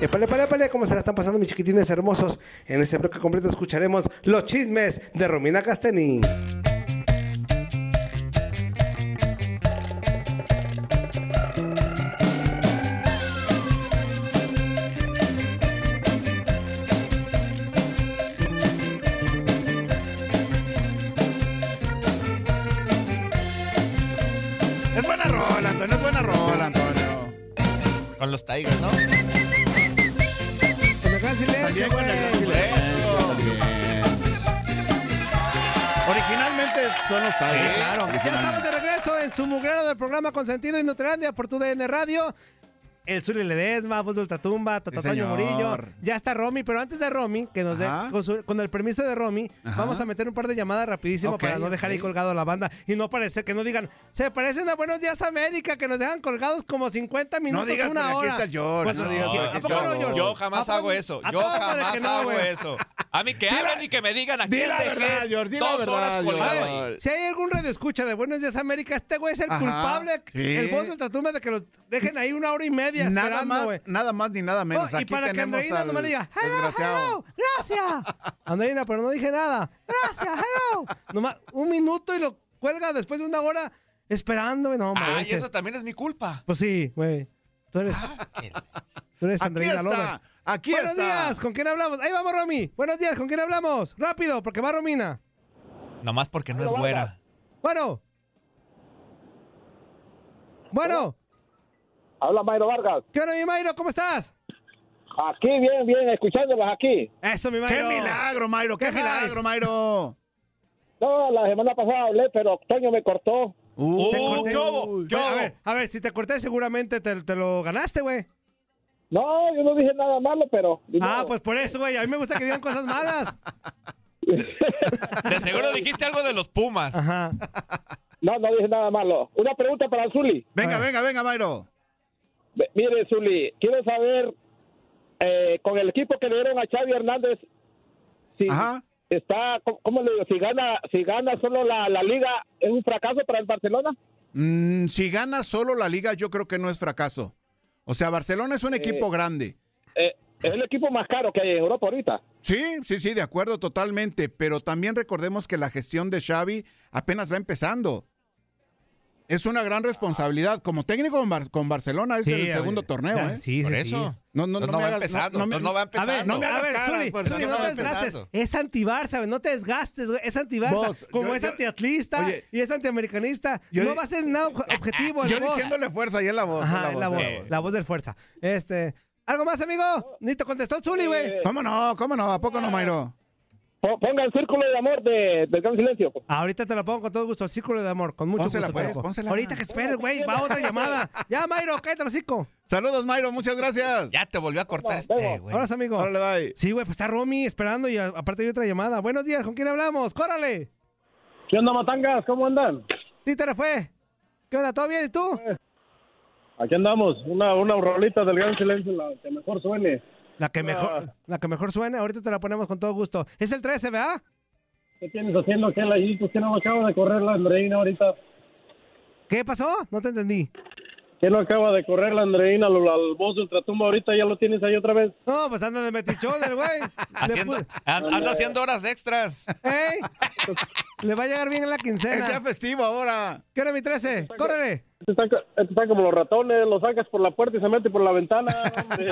Epale, epale, epale, ¿cómo se la están pasando mis chiquitines hermosos? En este bloque completo escucharemos los chismes de Romina Casteni.
Es buena rola, Antonio, es buena rola, Antonio.
Con los Tigers, ¿no?
En la gran silencio,
También con el
güey.
Francisco. Originalmente son los ¿eh? Tigers.
claro.
Ya estamos de regreso en su mugrero del programa Consentido Inutrandia por tu DN Radio. El Zuli Ledesma, Voz de Ultratumba, Totatoño
señor.
Murillo. Ya está Romy, pero antes de Romy, que nos dé,
Ajá.
con, su- con el permiso de Romy,
Ajá.
vamos a meter un par de llamadas rapidísimo
Ok,
para no dejar ahí
ok.
colgado a la banda y no parecer que no digan, se parecen a Buenos Días América, que nos dejan colgados como 50 minutos,
digas,
una hora.
porque aquí
Pues,
está el George, no
sí,
digas,
sí,
porque
¿a poco
yo-
no, George?
Yo jamás
¿A poco-
hago eso.
¿a
Yo
poco pues, ah, de que
jamás
no,
hago
güey?
eso. A mí que hablen y que me digan a
di
quién
la verdad,
dejé
George, di la
dos
Ah,
verdad,
horas
George.
colgado
A
ahí.
ver, si hay algún radio escucha de Buenos Días América, este güey es el
Ajá,
culpable,
sí.
el voz del ultratumba de que los dejen ahí una hora y media
Nada
esperando,
más,
güey.
nada más ni nada menos.
Oh, y
Aquí
para que
tenemos
Andreina
al
no me diga, hello,
desgraciado.
hello, gracias. Andreina, pero no dije nada. Gracias, hello. Nomás un minuto y lo cuelga después de una hora esperando, güey. No,
Ay,
manches.
Ah, eso Ah, también es mi culpa.
Pues sí, güey. Tú eres, tú eres
Aquí
Andreina Lover.
está, aquí
Buenos
está.
días, ¿con quién hablamos? Ahí vamos, Romy. Buenos días, ¿con quién hablamos? Rápido, porque va Romina.
Nomás porque no es güera.
Bueno. Bueno,
Habla Mayro Vargas.
¿qué onda, mi Mayro? ¿Cómo estás?
Aquí, bien, bien, escuchándolos aquí.
Eso, mi
¡Qué
Mayro.
milagro, Mayro! ¡Qué,
¿Qué traes?
milagro, Mayro!
No, la semana pasada hablé, pero Octoño me cortó.
Uh,
Te
¡Uh,
corté.
qué hubo! ¿Qué
Oye, a
hubo?
ver, a ver, si te corté seguramente te, te lo ganaste, güey.
No, yo no dije nada malo, pero... ni
Ah,
modo.
pues por eso, güey. A mí me gusta que digan cosas malas.
De seguro dijiste algo de los Pumas.
Ajá.
No, no dije nada malo. Una pregunta para Zuli.
venga,
A ver.
venga, venga, Mayro.
Ve- Mire, Zuli, quiero saber, eh, con el equipo que le dieron a Xavi Hernández, si
Ajá.
está, ¿cómo- ¿cómo le digo? Si gana, si gana solo la, la liga, ¿es un fracaso para el Barcelona?
Mm, si gana solo la liga, yo creo que no es fracaso. O sea, Barcelona es un equipo grande.
Eh, es el equipo más caro que hay en Europa ahorita.
Sí, sí, sí, de acuerdo totalmente. Pero también recordemos que la gestión de Xavi apenas va empezando. Es una gran responsabilidad. Como técnico con, Bar- con Barcelona es
Sí, a
el
ver.
segundo torneo,
Ya,
¿eh?
Sí,
Por
sí,
eso.
sí.
No, no, no
Entonces
me
va
hagas-
empezando.
no, no me-
entonces no va
A ver,
empezando.
no, a ver,
caras,
Zuli,
pues,
Zuli,
no
no
me
te
hagas
desgastes.
caras.
Es antibarça, güey. No te desgastes, güey. Es antibarça.
Vos,
Como
yo-
es
yo-
antiatlista
oye,
y es antiamericanista.
yo
no
di-
va a ser nada ob- objetivo.
Yo
el vos.
diciéndole fuerza y es la voz.
Ajá,
es
es la voz.
es la voz. eh.
La voz del fuerza. Este. ¿Algo más, amigo? Ni te contestó el Zuli, güey.
¿Cómo no? ¿Cómo no? ¿A poco no, Mayro?
Po- Ponga el círculo de amor de, del gran silencio.
Ahorita te la pongo con todo gusto, el círculo de amor, con mucho
Pónsela,
gusto. te
pues,
la pongo.
pónsela.
Ahorita que esperes, güey, va otra llamada. Ya, Mayro, cállate el hocico.
Saludos, Mayro. Muchas gracias.
Ya te volvió a cortar este,
luego.
güey.
Hola, amigo.
Órale, bye.
Sí, güey, pues está Romy esperando y a- aparte hay otra llamada. Buenos días, ¿con quién hablamos? ¡Córale!
¿Qué onda, Matangas? ¿Cómo andan?
Títere fue. ¿Qué onda? ¿Todo bien? ¿Y tú?
Aquí andamos. Una, una rolita del gran silencio, la que mejor suene.
La que mejor,
Ah.
la que mejor suena, ahorita te la ponemos con todo gusto. Es el 13, ¿verdad?
¿Qué tienes haciendo aquí en la Pues que no acaba de correr la Andreina ahorita.
¿Qué pasó? No te entendí.
¿Qué no acaba de correr la Andreina al, al voz de Ultratumba ahorita? ¿Ya lo tienes ahí otra vez?
No, pues anda de metichón el güey. Le
Haciendo,
pu-
an- ando haciendo horas extras.
¡Ey! Le va a llegar bien en la
Es día
quincena.
festivo ahora.
¿Qué hora mi 13? ¡Córrele!
Estos están, co- estos están como los ratones, los sacas por la puerta y se mete por la ventana. hombre.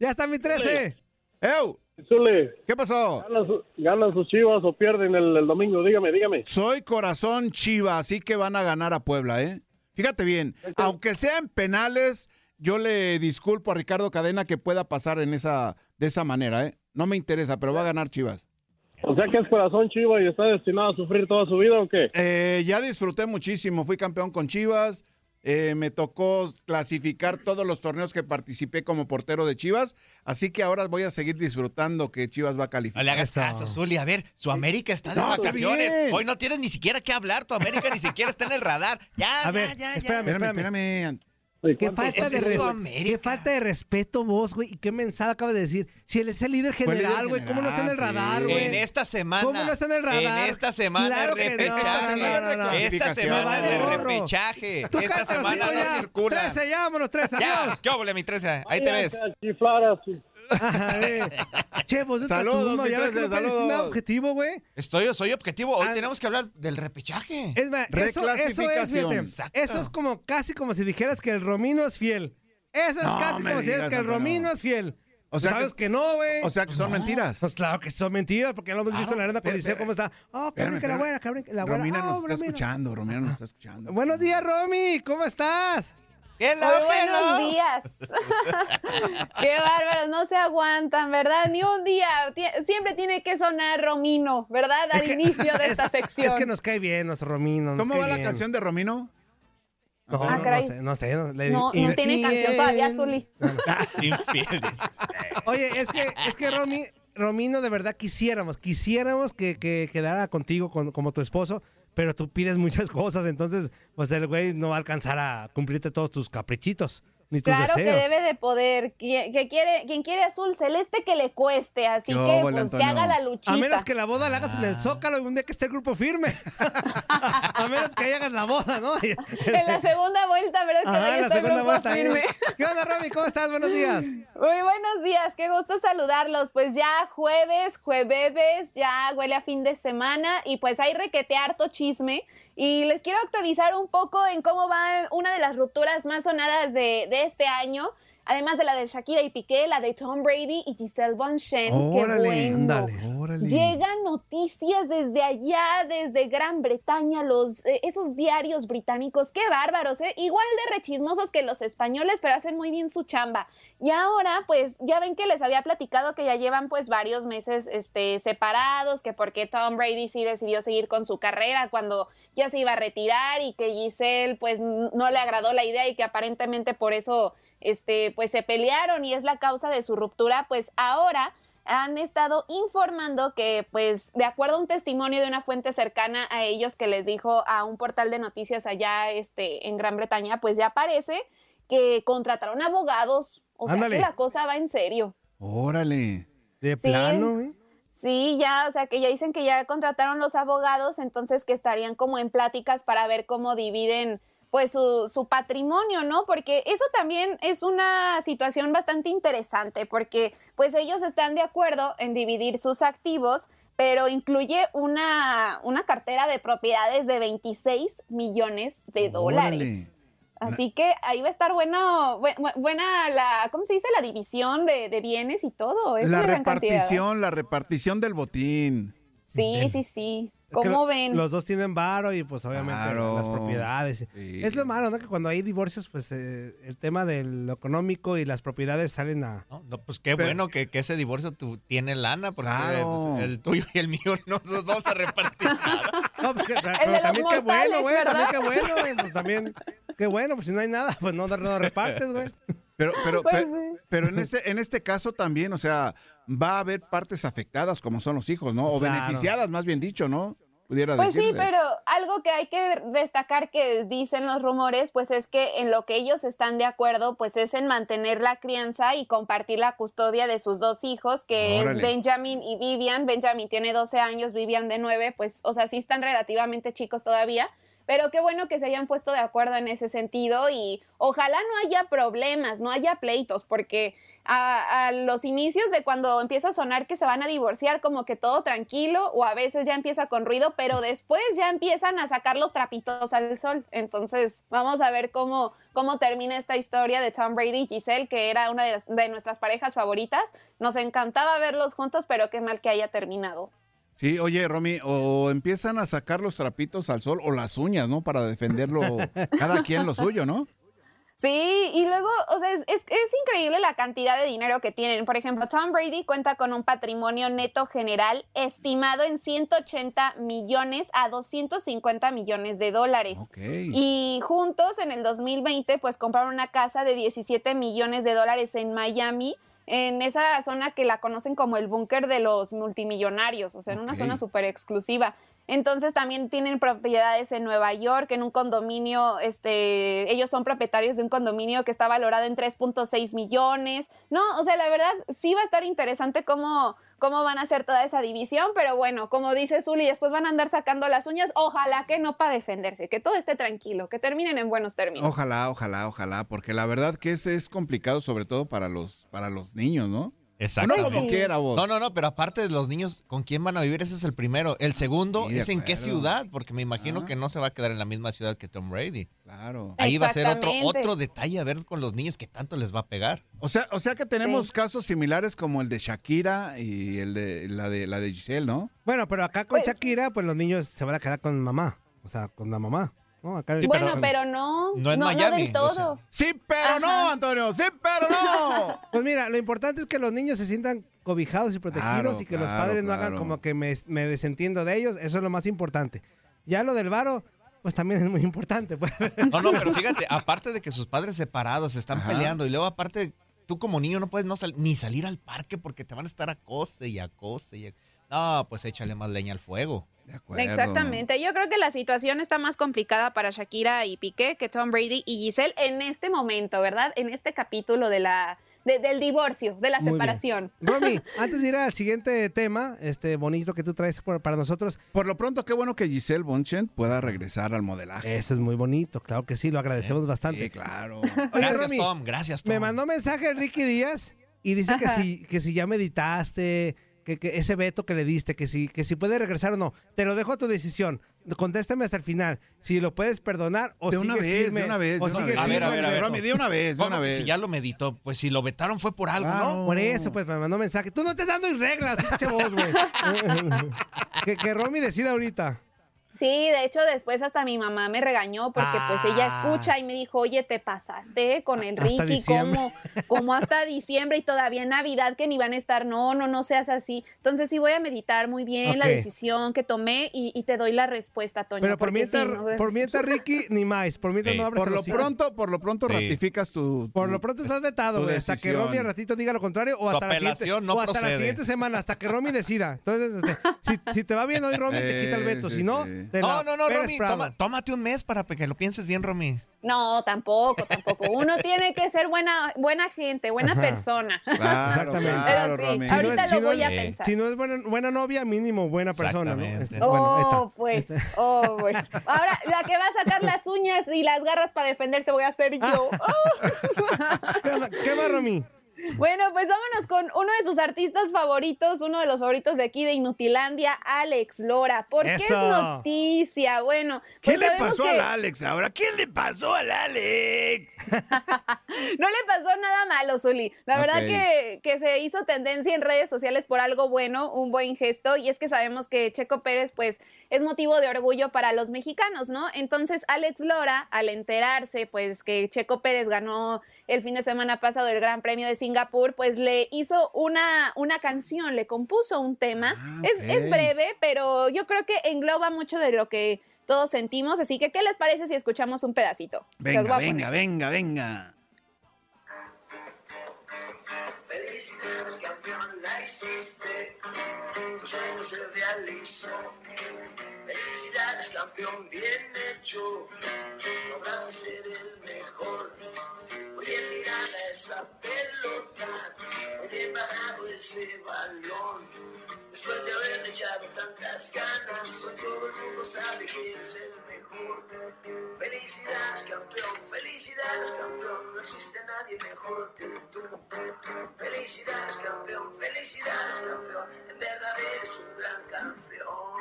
¡Ya está mi 13!
¡Ew!
Zule,
¿Qué pasó?
¿ganan, su- ganan sus chivas o pierden el, el domingo? Dígame, dígame.
Soy corazón chiva, así que van a ganar a Puebla, ¿eh? Fíjate bien, aunque sea en penales, yo le disculpo a Ricardo Cadena que pueda pasar en esa, de esa manera, ¿eh? No me interesa, pero va a ganar Chivas.
O sea que es corazón chivo y está destinado a sufrir toda su vida o qué?
Eh, ya disfruté muchísimo, fui campeón con Chivas, eh, me tocó clasificar todos los torneos que participé como portero de Chivas, así que ahora voy a seguir disfrutando que Chivas va a
No
calificar.
le hagas
Eso.
caso, Zuli. A ver, su América está de
No, está
vacaciones.
bien.
Hoy no tienes ni siquiera que hablar. Tu América ni siquiera está en el radar. Ya,
A
ya,
ver,
ya, ya.
espérame,
Espérame,
espérame.
espérame.
¿Y
Qué
cuántos-
falta,
Ese
de
es
res-
su América.
qué falta de respeto vos, güey. Y qué mensada acabas de decir. Si él es el líder
el líder
general, güey, ¿cómo no está en el
general,
radar,
sí.
güey?
En esta semana.
¿Cómo no está en el radar?
En esta semana
Claro que
es
no, no,
repechaje.
no, no.
Esta semana es
Vale
de
gorro.
repechaje.
Tú
Esta
cállate,
semana
hocico, ya.
no circula.
13, ya, vámonos, 13,
Ya,
adiós.
¿qué óvole, mi trece? Ahí te ves.
Vayan a chiflar a su-
Ajá, eh. Che, vos estás
Saludos,
tú,
mi
ya ves que no
trece,
puedes decir
saludos.
nada objetivo, güey.
Estoy, soy objetivo.
Ah.
Hoy tenemos que hablar del repechaje.
Es más, eso, eso es,
Reclasificación.
fíjate,
Exacto.
eso es como casi como si dijeras que el Romino es fiel. Eso es
No
casi
me
como si dijeras
digas,
que el
Antonio.
Romino es fiel. Pues,
O sea
sabes que,
que-
no, güey.
O sea que son mentiras.
pues claro que son mentiras, porque ya lo hemos visto en la arena coliseo cómo está. Oh, que brinque
Espérame,
la
espérame.
güera, que brinque la güera.
Romina
Ah,
nos está
Romina.
escuchando, Romina nos está escuchando.
Buenos días, Romy, ¿cómo estás?
¡Qué
Muy buenos días. Qué bárbaros, no se aguantan, ¿verdad? Ni un día. Ti- Siempre tiene que sonar Romino, ¿verdad? Al inicio de esta sección.
Es que nos cae bien nuestro Romino. nos
¿Cómo
cae
va la
bien.
canción de Romino?
No,
Ah,
no,
caray.
sé, no sé. No, le-
No, no tiene canción todavía, Zuli.
Infieles.
Oye, es que, es que Romy, Romino, de verdad quisiéramos, quisiéramos que, que quedara contigo con- como tu esposo, pero tú pides muchas cosas, entonces, pues el güey no va a alcanzar a cumplirte todos tus caprichitos, ni tus
Claro que
deseos.
debe de poder. Quien, que quiere, quien quiere azul celeste que le cueste, así
Yo,
que,
vale,
pues, que
Antonio.
haga la
A
luchita.
menos que la boda la hagas en el Zócalo y un día que esté el grupo firme. a menos que ahí hagas la boda, ¿no?
En la segunda vuelta, ¿verdad? Que
este Ajá,
vaya
en
todo
la
el
segunda
grupo
vuelta. ahí.
firme.
¿Qué onda, Romy? ¿Cómo estás? Buenos días.
Muy buenos días, qué gusto saludarlos. Pues ya jueves, jueves, ya huele a fin de semana y pues hay requete harto chisme. Y les quiero actualizar un poco en cómo va una de las rupturas más sonadas de, de este año. Además de la de Shakira y Piqué, la de Tom Brady y Giselle Bonchen.
Órale,
ándale.
Órale.
Llegan noticias desde allá, desde Gran Bretaña, los eh, esos diarios británicos, qué bárbaros, ¿eh? igual de rechismosos que los españoles, pero hacen muy bien su chamba. Y ahora, pues, ya ven que les había platicado que ya llevan pues varios meses este, separados, que porque Tom Brady sí decidió seguir con su carrera cuando ya se iba a retirar y que Giselle pues n- no le agradó la idea y que aparentemente por eso este, pues se pelearon y es la causa de su ruptura, pues ahora han estado informando que, pues, de acuerdo a un testimonio de una fuente cercana a ellos que les dijo a un portal de noticias allá este, en Gran Bretaña, pues ya parece que contrataron abogados. O sea
Ándale.
que la cosa va en serio.
Órale.
De
Sí.
plano, güey.
Sí, ya, o sea que ya dicen que ya contrataron los abogados, entonces que estarían como en pláticas para ver cómo dividen pues su, su patrimonio, ¿no? Porque eso también es una situación bastante interesante, porque pues ellos están de acuerdo en dividir sus activos, pero incluye una, una cartera de propiedades de 26 millones de dólares.
Órale.
Así que ahí va a estar bueno, bu- bu- buena la, ¿cómo se dice? La división de, de bienes y todo. Es
La
una Pues, gran cantidad. ¿eh?
repartición, la repartición del botín.
Sí, sí, sí.
Es que
¿Cómo
lo-
ven?
Los dos tienen varo y pues obviamente
Claro.
las propiedades.
Sí.
Es lo malo, ¿no? Que cuando hay divorcios, pues eh, el tema de lo económico y las propiedades salen a...
No, no, pues qué bueno que, que ese divorcio tú, tiene lana,
Ah.
porque
Claro.
pues, el tuyo y el mío no los dos se reparten nada.
No, pues, que- pero
de los
también qué bueno,
mortales,
güey.
¿verdad?
También qué bueno, güey. Pues también, qué bueno, pues si no hay nada, pues no, no repartes, güey.
Pero, pero,
Pues
pe-
sí.
pero, en este, en este caso también, o sea, va a haber partes afectadas como son los hijos, ¿no? O
Claro.
beneficiadas, más bien dicho, ¿no? Pudiera
Pues sí,
decirse.
pero algo que hay que destacar que dicen los rumores, pues es que en lo que ellos están de acuerdo, pues es en mantener la crianza y compartir la custodia de sus dos hijos, que
Órale.
es Benjamin y Vivian. Benjamin tiene 12 años, Vivian de 9, pues, o sea, sí están relativamente chicos todavía. Pero qué bueno que se hayan puesto de acuerdo en ese sentido y ojalá no haya problemas, no haya pleitos, porque a, a los inicios de cuando empieza a sonar que se van a divorciar, como que todo tranquilo, o a veces ya empieza con ruido, pero después ya empiezan a sacar los trapitos al sol. Entonces, vamos a ver cómo, cómo termina esta historia de Tom Brady y Giselle, que era una de, las- de nuestras parejas favoritas. Nos encantaba verlos juntos, pero qué mal que haya terminado.
Sí, oye, Romy, o empiezan a sacar los trapitos al sol o las uñas, ¿no? Para defenderlo, cada quien lo suyo, ¿no?
Sí, y luego, o sea, es, es- es increíble la cantidad de dinero que tienen. Por ejemplo, Tom Brady cuenta con un patrimonio neto general estimado en 180 millones a 250 millones de dólares.
Ok.
Y juntos en el 2020, pues compraron una casa de 17 millones de dólares en Miami, en esa zona que la conocen como el búnker de los multimillonarios, o sea, en una
Ok.
zona súper exclusiva. Entonces también tienen propiedades en Nueva York, en un condominio, este, ellos son propietarios de un condominio que está valorado en 3.6 millones. No, o sea, la verdad sí va a estar interesante cómo, cómo van a hacer toda esa división, pero bueno, como dice Zuli, después van a andar sacando las uñas, ojalá que no para defenderse, que todo esté tranquilo, que terminen en buenos términos.
Ojalá, ojalá, ojalá, porque la verdad que ese es complicado, sobre todo para los, para los niños, ¿no?
Exacto.
Uno como quiera, vos.
No, no, no, pero aparte de los niños, ¿con quién van a vivir? Ese es el primero. El segundo
Sí, de
es en qué
acuerdo.
ciudad, porque me imagino
Ah.
que no se va a quedar en la misma ciudad que Tom Brady.
Claro.
Ahí va a ser otro,
Exactamente.
otro detalle a ver con los niños que tanto les va a pegar.
O sea, o sea que tenemos
Sí.
casos similares como el de Shakira y el de la de la de Giselle, ¿no?
Bueno, pero acá con
Pues-
Shakira, pues los niños se van a quedar con mamá. O sea, con la mamá. ¿no? Acá el-
bueno, pero, no,
no en Miami,
del
o sea.
todo.
Sí, pero no,
Ajá.
Antonio, sí, pero no.
Pues mira, lo importante es que los niños se sientan cobijados y protegidos
Claro,
y que los
claro,
padres no hagan
claro.
como que me, me desentiendo de ellos. Eso es lo más importante. Ya lo del varo, pues también es muy importante. pues.
No, no, pero fíjate, aparte de que sus padres separados se están
Ajá.
peleando y luego aparte tú como niño no puedes no sal- ni salir al parque porque te van a estar acose y acose y ac- No, pues échale más leña al fuego.
De acuerdo.
Exactamente. Yo creo que la situación está más complicada para Shakira y Piqué que Tom Brady y Giselle en este momento, ¿verdad? En este capítulo de la, de- del divorcio, de la
Muy bien.
separación.
Romy, antes de ir al siguiente tema, este bonito que tú traes por- para nosotros,
Por lo pronto, qué bueno que Giselle Bonchen pueda regresar al modelaje.
eso es muy bonito. Claro que sí, lo
Eh,
agradecemos bastante.
Sí, claro.
Oye,
Gracias,
Romy,
Tom. Gracias, Tom.
Me mandó mensaje Enrique Díaz y dice que
Ajá.
si, que si ya meditaste, que, que ese veto que le diste, que si, que si puede regresar o no. Te lo dejo a tu decisión. Contéstame hasta el final. Si lo puedes perdonar o
De una
sigue
vez,
firme,
de una vez,
o
de una
sigue
vez.
A ver, a
firme.
ver, a ver.
Romy, de una vez, de
¿Cómo
una
que
vez.
si ya lo meditó? Pues si lo vetaron fue por
Ah.
algo,
Claro.
¿no?
Por eso, pues me mandó mensaje. Tú no te dando reglas, pinche voz, güey. que, que Romy decida ahorita.
Sí, de hecho, después hasta mi mamá me regañó porque pues ella
Ah.
escucha y me dijo, oye, te pasaste con el
Hasta
Ricky,
diciembre.
como, como hasta diciembre y todavía en Navidad que ni van a estar, no, no, no seas así. Entonces sí voy a meditar muy bien la
Ok.
decisión que tomé y, y te doy la respuesta, Toño.
Pero por
porque sí,
mientras,
no debes
por
de-
mientras Ricky, ni más. Por mientras
Ey,
no abres
Por
el
lo
hocico.
pronto, por lo pronto
Sí.
ratificas tu,
Mm,
Por lo
tu-
pronto estás vetado,
tu
güey, hasta que
decisión.
Romy al ratito diga lo contrario o hasta, la siguiente,
apelación no
o hasta la
procede.
siguiente semana, hasta que Romy decida. Entonces, este, si, si te va bien hoy, Romy, te quita el veto.
Sí,
Si
sí,
no,
sí.
te
No,
la
no, no,
pelas
Romy,
bravo.
toma- tómate un mes para que lo pienses bien, Romy.
No, tampoco, tampoco. Uno tiene que ser buena, buena gente, buena
Ajá.
persona.
Claro,
Exactamente.
Pero
claro,
sí,
Romy.
Si no
ahorita
es- si
lo
no
voy a
es-
pensar.
Si no es buena, buena novia, mínimo buena persona, ¿no?
Exactamente.
Este,
Oh,
bueno, ahí está.
pues, oh, pues. Ahora, la que va a sacar las uñas y las garras para defenderse voy a ser yo.
¿Qué
Oh.
onda? ¿Qué va, Romy?
Bueno, pues vámonos con uno de sus artistas favoritos, uno de los favoritos de aquí de Inutilandia, Alex Lora. Porque es
Eso.
Ah.
noticia? Bueno,
¿Qué
pues
le
sabemos
pasó
que-
al Alex ahora? ¿Qué le pasó al Alex?
No le pasó nada malo, Zuli. La verdad
Ok.
que, que se hizo tendencia en redes sociales por algo bueno, un buen gesto, y es que sabemos que Checo Pérez, pues, es motivo de orgullo para los mexicanos, ¿no? Entonces, Alex Lora, al enterarse, pues, que Checo Pérez ganó el fin de semana pasado el Gran Premio de Singapur, pues, le hizo una, una canción, le compuso un tema.
Ah,
Es- es,
ok.
breve, pero yo creo que engloba mucho de lo que todos sentimos, así que, ¿qué les parece si escuchamos un pedacito? Se los voy a
Venga,
poner.
venga, venga, venga.
Ah, pues,
Felicidades, campeón, la hiciste. Tu sueño se realizó. Felicidades, campeón, bien hecho. Lograste ser el mejor. Oye, tirada esa pelota. Oye, bajado ese balón. Después de haberle echado tantas ganas, hoy todo el mundo sabe que eres el mejor. Felicidades, campeón, felicidades, campeón. No existe nadie mejor que tú. Felicidades, campeón, felicidades, campeón. En verdad eres un gran campeón.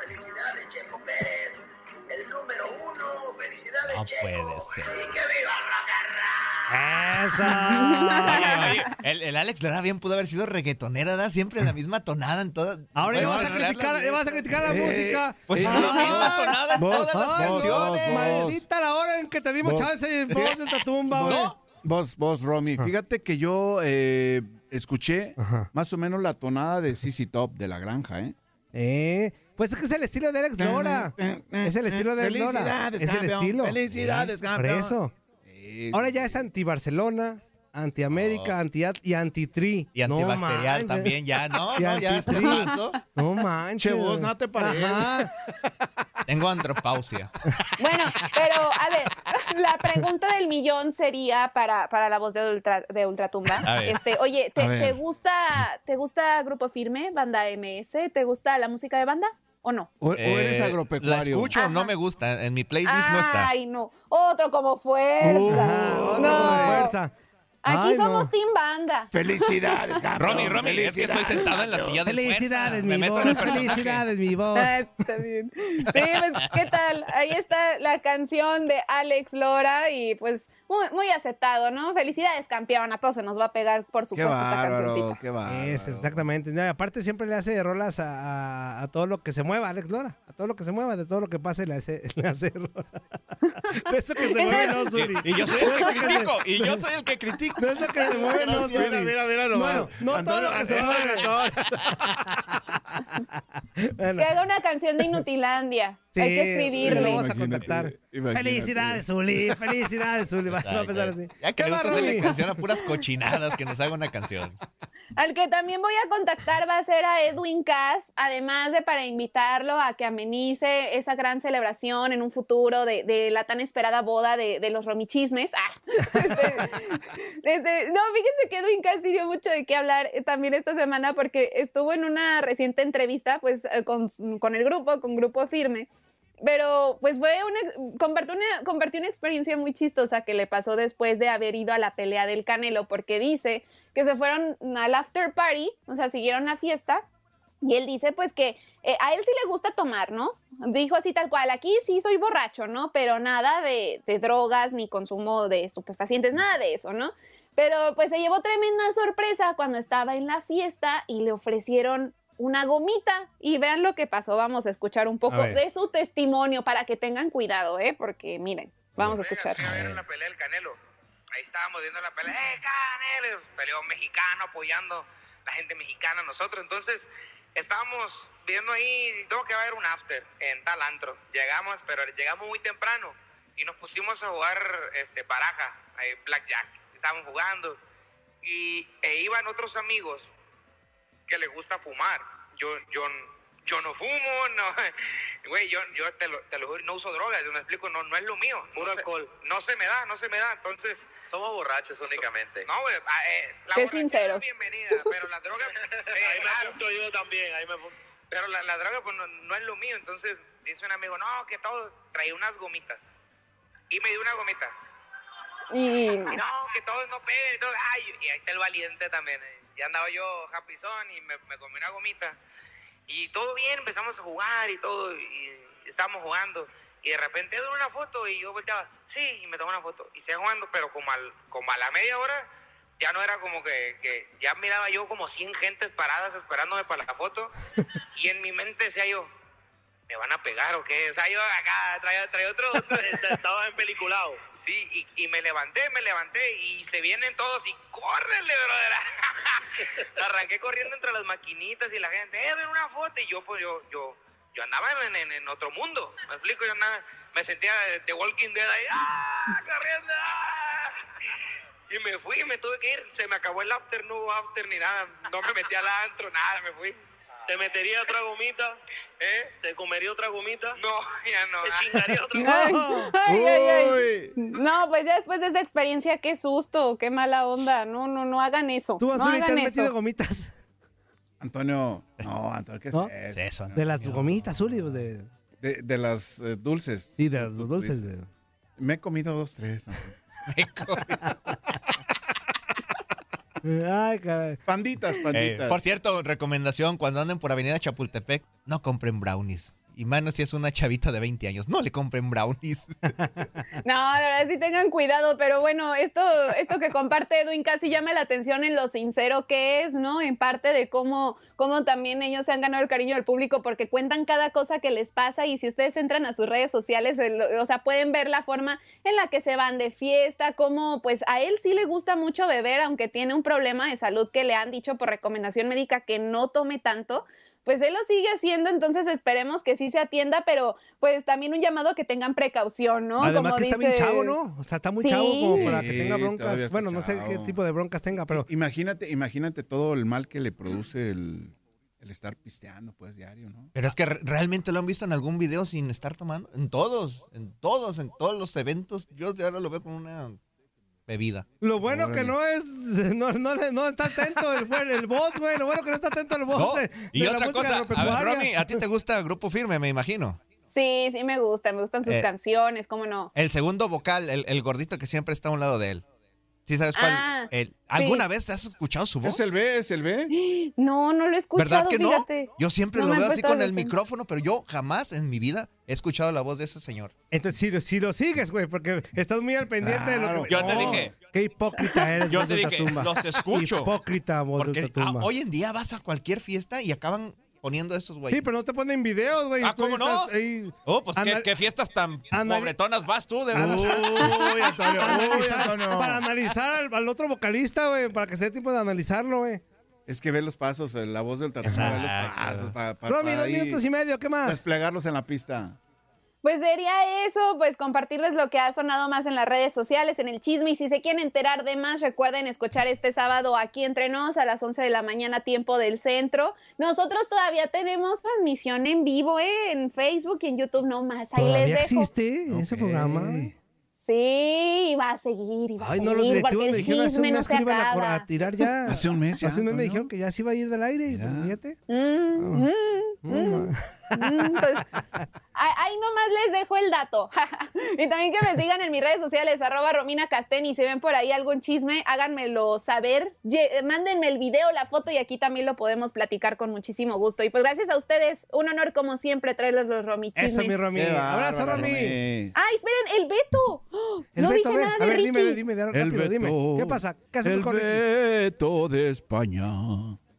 Felicidades, Checo Pérez, el número uno. Felicidades,
No
Checo.
puede ser.
Y que viva la carrera.
Oye, oye, el, el Alex Lara bien pudo haber sido reggaetonera, ¿verdad? Siempre la misma tonada en todas.
Ahora ya
Puedes
vas a
mezclar
criticar,
las
ya vas a
letras.
criticar la música. Ah,
Pues es la misma tonada en
vos,
todas las
vos,
canciones.
vos, vos.
Maldita la hora en que te dimos
Vos.
chance y vos en tu tumba,
Vos-
güey.
¿eh?
Vos, vos, Romy, fíjate que yo eh, escuché más o menos la tonada de CC Top de la granja, ¿eh?
Eh, pues es que es el estilo de Alex Lora. Es el estilo de Alex Lora.
eh.
Es
Felicidades,
el
campeón.
estilo.
Felicidades,
Por
campeón.
eso.
Eh,
Ahora ya es anti-Barcelona, anti-América, anti-At- y anti-Tri.
Oh. Y antibacterial
manches.
también, ya, ¿no?
Y
no ya este
antitri.
paso.
No manches.
Che, vos, no te pareces.
Ajá.
Tengo andropausia.
Bueno, pero a ver, la pregunta del millón sería para, para la voz de, Ultra, de Ultratumba.
A ver.
Este, oye, ¿te,
A ver.
te gusta, ¿te gusta Grupo Firme, Banda MS? ¿Te gusta la música de banda o no?
O, o eres
Eh, La
agropecuario.
escucho, no me gusta. En mi playlist no está.
Ay, no. Otro como fuerza.
Ajá, otro
no.
con fuerza.
Aquí
Ay, no.
somos Team Banda.
Felicidades, campeón.
Romy, Romy, es que estoy sentado en la silla de
Felicidades,
fuerza. Me
mi
meto
voz.
en el personaje.
Felicidades, mi voz.
Ah, está bien. Sí, pues, ¿qué tal? Ahí está la canción de Alex Lora y pues muy, muy aceptado, ¿no? Felicidades, campeón. A todos se nos va a pegar, por
Qué
supuesto, esta
bárbaro,
cancioncita.
qué bárbaro.
Es, exactamente. No, y aparte siempre le hace rolas a, a- a todo lo que se mueva, Alex Lora. A todo lo que se mueva, de todo lo que pase le hace, le hace rola. De eso que se mueve, no, Suri.
Y yo soy el que critico. Y yo soy el que critico.
De eso que se mueve, no, Suri.
Mira, mira, mira
Bueno,
nomás.
no todo lo que
eh.
se mueve. Bueno,
Que haga una canción de Inutilandia.
sí,
Hay que
Lo
escribirle.
vamos a
Imagínate,
contactar.
imagínate.
Felicidades, Uli. Felicidades, Uli. Vamos a empezar así.
Ya que
¿Qué
le gusta
va,
hacerle
Romy?
canción a puras cochinadas, que nos haga una canción.
Al que también voy a contactar va a ser a Edwin Cass, además de para invitarlo a que amenice esa gran celebración en un futuro de, de la tan esperada boda de, de los romichismes. Ah, este, este, no, fíjense que Edwin Cass sí dio mucho de qué hablar eh, también esta semana porque estuvo en una reciente entrevista pues, eh, con, con el grupo, con Grupo Firme. Pero pues fue una, compartió una, compartió una experiencia muy chistosa que le pasó después de haber ido a la pelea del Canelo, porque dice que se fueron al after party, o sea, siguieron la fiesta, y él dice pues que eh, a él sí le gusta tomar, ¿no? Dijo así tal cual, aquí sí soy borracho, ¿no? Pero nada de, de drogas ni consumo de estupefacientes, nada de eso, ¿no? Pero pues se llevó tremenda sorpresa cuando estaba en la fiesta y le ofrecieron una gomita y vean lo que pasó, vamos a escuchar un poco
A ver.
de su testimonio para que tengan cuidado, ¿eh? Porque miren, vamos a escuchar.
Fui a ver la pelea del Canelo. Ahí estábamos viendo la pelea. ¡Eh, Canelo! Peleó mexicano apoyando la gente mexicana, nosotros. Entonces, estábamos viendo ahí, tengo que haber un after en tal antro. Llegamos, pero llegamos muy temprano y nos pusimos a jugar este, baraja, eh, blackjack. Estábamos jugando y, e iban otros amigos que le gusta fumar. Yo, yo, yo no fumo, no. Güey, yo, yo te, lo, te lo juro, no uso drogas, yo me explico, no, no es lo mío. Puro alcohol. no se me da, no se me da, entonces. Somos borrachos únicamente. No, güey, ah, eh, la
Sé
borrachera
sinceros.
es bienvenida, pero la droga. ahí me yo también, ahí me Pero la, la droga, pues no, no es lo mío, entonces dice un amigo, no, que todo, trae unas gomitas. Y me dio una gomita.
Y
Y no, que todos no peguen. y todo. Ay, y ahí está el valiente también. eh. Y andaba yo japizón y me, me comí una gomita. Y todo bien, empezamos a jugar y todo. Y estábamos jugando. Y de repente doy una foto y yo volteaba, sí, y me tomé una foto. Y seguía jugando, pero como, al, como a la media hora, ya no era como que, que ya miraba yo como 100 gentes paradas esperándome para la foto. Y en mi mente decía yo, ¿me van a pegar o qué? O sea, yo acá traía, traía otro, otro este, estaba empeliculado. Sí, y, y me levanté, me levanté y se vienen todos y ¡córrele, brother! Arranqué corriendo entre las maquinitas y la gente, ¡eh, ven una foto! Y yo, pues, yo, yo, yo andaba en, en- en otro mundo, ¿me explico? Yo andaba, me sentía de, de Walking Dead ahí, ¡ah, corriendo! ¡ah! Y me fui, me tuve que ir, se me acabó el after, no hubo after ni nada, no me metí al antro, nada, me fui. ¿Te metería otra gomita? ¿Eh? ¿Te comería otra gomita? No, ya no. ¿Te chingaría otra
Ay, ay, ay, ay. No, pues ya después de esa experiencia, qué susto, qué mala onda. No, no, no hagan eso.
Tú,
no
Azul, te
hagan
has
eso.
metido gomitas.
Ah, Antonio, no, Antonio, ¿qué es
¿No?
eso?
Es eso, ¿no?
De las gomitas, Uli. pues, De,
De, de las eh, dulces.
sí, de los dulces. de-
Me he comido dos, tres. Antonio.
Ay, caray.
Panditas,
Eh,
panditas.
por cierto, recomendación, cuando anden por Avenida Chapultepec, no compren brownies. Y menos si es una chavita de 20 años. No le compren brownies.
No, la verdad sí tengan cuidado, pero bueno, esto, esto que comparte Edwin casi llama la atención en lo sincero que es, ¿no? En parte de cómo, cómo también ellos se han ganado el cariño del público porque cuentan cada cosa que les pasa y si ustedes entran a sus redes sociales, el- o sea, pueden ver la forma en la que se van de fiesta, cómo pues a él sí le gusta mucho beber, aunque tiene un problema de salud que le han dicho por recomendación médica que no tome tanto pues él lo sigue haciendo, entonces esperemos que sí se atienda, pero pues también un llamado a que tengan precaución, ¿no?
Además
Como
que está bien
dice-
chavo, ¿no? O sea, está muy
Sí.
chavo como para que
Sí,
tenga
todavía
broncas.
está
Bueno, no sé
chavo.
qué tipo de broncas tenga, pero...
Imagínate, imagínate todo el mal que le produce el, el estar pisteando, pues, diario, ¿no?
Pero es que re- realmente lo han visto en algún video sin estar tomando. En todos, en todos, en todos los eventos. Yo de ahora lo veo con una bebida.
Lo bueno que no es, no, no, le- no está atento el, buen- el boss, güey. Lo bueno que no está atento el boss.
No,
de-
Y
de la
otra
música
cosa, a ver,
agropecuaria.
Romy, a ti te gusta Grupo Firme, me imagino.
Sí, sí me gustan, me gustan sus
Eh.
canciones, cómo no.
El segundo vocal, el, el gordito que siempre está a un lado de él. ¿Sí sabes cuál?
Ah,
El-
sí.
¿Alguna vez has escuchado su voz?
Es el B, es el B.
No, no lo he escuchado,
¿Verdad que
fíjate.
no? Yo siempre
No
lo
me han
veo así
prestado
con el
atención.
micrófono, pero yo jamás en mi vida he escuchado la voz de ese señor.
Entonces, si, lo- si lo sigues, güey, porque estás muy al pendiente de lo que...
Yo te
No,
dije.
Qué hipócrita eres,
Yo
voz
te
de
dije,
Ultratumba.
los escucho.
Hipócrita, voz de
Porque ah,
Ultratumba.
hoy en día vas a cualquier fiesta y acaban poniendo a esos güeyes.
Sí, pero no te ponen videos, güey.
Ah,
Tú
¿cómo no?
estás ahí
Oh, pues
Anal-
¿qué, qué fiestas tan
Anal-
pobretonas vas tú, de verdad.
Uy, Antonio,
para
uy,
analizar-
Antonio.
Para analizar al, al otro vocalista, güey, para que sea tiempo de analizarlo, güey.
Es que ve los pasos, eh, la voz del tatán, ve los
Exacto.
pasos. Pa, pa-
Romy,
para
dos
ahí Pues,
minutos y medio, ¿qué más?
Desplegarlos en la pista.
Pues sería eso, pues compartirles lo que ha sonado más en las redes sociales, en el chisme. Y si se quieren enterar de más, recuerden escuchar este sábado aquí entre nos a las 11 de la mañana, tiempo del centro. Nosotros todavía tenemos transmisión en vivo, ¿eh? En Facebook y en YouTube nomás. Ahí les
¿Todavía
dejo.
existe ese
Ok.
programa? güey?
Sí, y va a seguir, y va
Ay,
a
no, los
seguir,
directivos
porque
me
el
dijeron hace
chisme
un
no
mes
se
que iban a, cor-
acaba.
a tirar ya.
Hace un mes ya,
Hace un mes me
Antonio.
dijeron que ya se iba a ir del aire. y pues, fíjate.
Mm, mm, mm, mm, pues, a- ahí nomás les dejo el dato. y también que me sigan en mis redes sociales, arroba Romina Castén, y si ven por ahí algún chisme, háganmelo saber. Ye- eh, Mándenme el video, la foto, y aquí también lo podemos platicar con muchísimo gusto. Y pues gracias a ustedes, un honor como siempre traerles los romichismes.
Eso, mi Romy.
Qué
Abrazo,
bárbaro,
Romy.
Romy.
Ah, esperen, el Beto. ¡Oh!
El
no
Beto, a
dije
ver,
nada de
a ver,
Ricky.
dime, dime, dime,
El
rápido, dime.
Beto.
¿Qué pasa? ¿Qué hacemos
El
con Ricky?
Beto de España.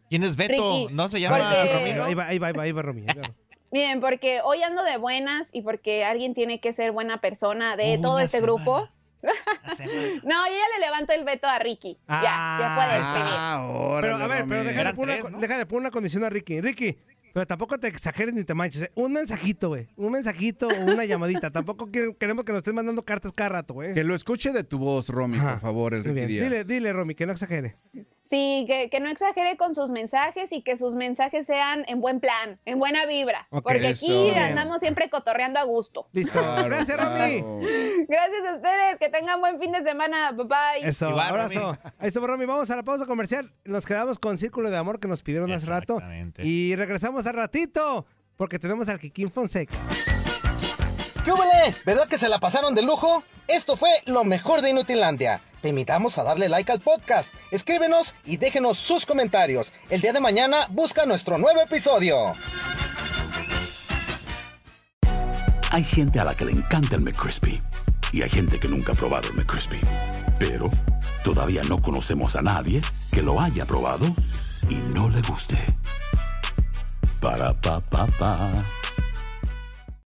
¿Quién es Beto?
Ricky,
¿No se llama
porque-
Romino?
Ahí va, ahí va, ahí va, ahí va, Romy. ahí va.
Miren, porque hoy ando de buenas y porque alguien tiene que ser buena persona de
Una
todo este
semana.
grupo.
La semana.
No, yo ya le levanto el veto a Ricky. ya, ya puede escribir.
Ah, órale,
Pero a ver, pero
Romy.
déjale
Eran
poner,
tres,
una,
¿no?
déjale poner una condición a Ricky. Ricky, pero tampoco te exageres ni te manches. ¿eh? Un mensajito, güey. Un mensajito o una llamadita. tampoco que- queremos que nos estés mandando cartas cada rato, güey.
Que lo escuche de tu voz, Romy,
Ajá.
por favor, el
Muy
Ricky
bien.
Díaz.
Dile, dile, Romy, que no exagere.
Sí, que, que no exagere con sus mensajes y que sus mensajes sean en buen plan, en buena vibra.
Ok,
porque
eso.
aquí
Bien.
andamos siempre cotorreando a gusto.
Listo.
Claro,
Gracias, Romy.
claro.
Gracias a ustedes, que tengan buen fin de semana. Bye bye.
Eso,
Igual,
abrazo.
Romy.
Ahí estuvo, Romy. Vamos a la pausa comercial. Nos quedamos con Círculo de Amor que nos pidieron hace rato.
Exactamente.
Y regresamos al ratito porque tenemos al Kikín Fonseca.
¿Qué huele? ¿Verdad que se la pasaron de lujo? Esto fue lo mejor de Inutilandia. Te invitamos a darle like al podcast, escríbenos y déjenos sus comentarios. El día de mañana busca nuestro nuevo episodio.
Hay gente a la que le encanta el McCrispy y hay gente que nunca ha probado el McCrispy. Pero todavía no conocemos a nadie que lo haya probado y no le guste. Para pa pa pa.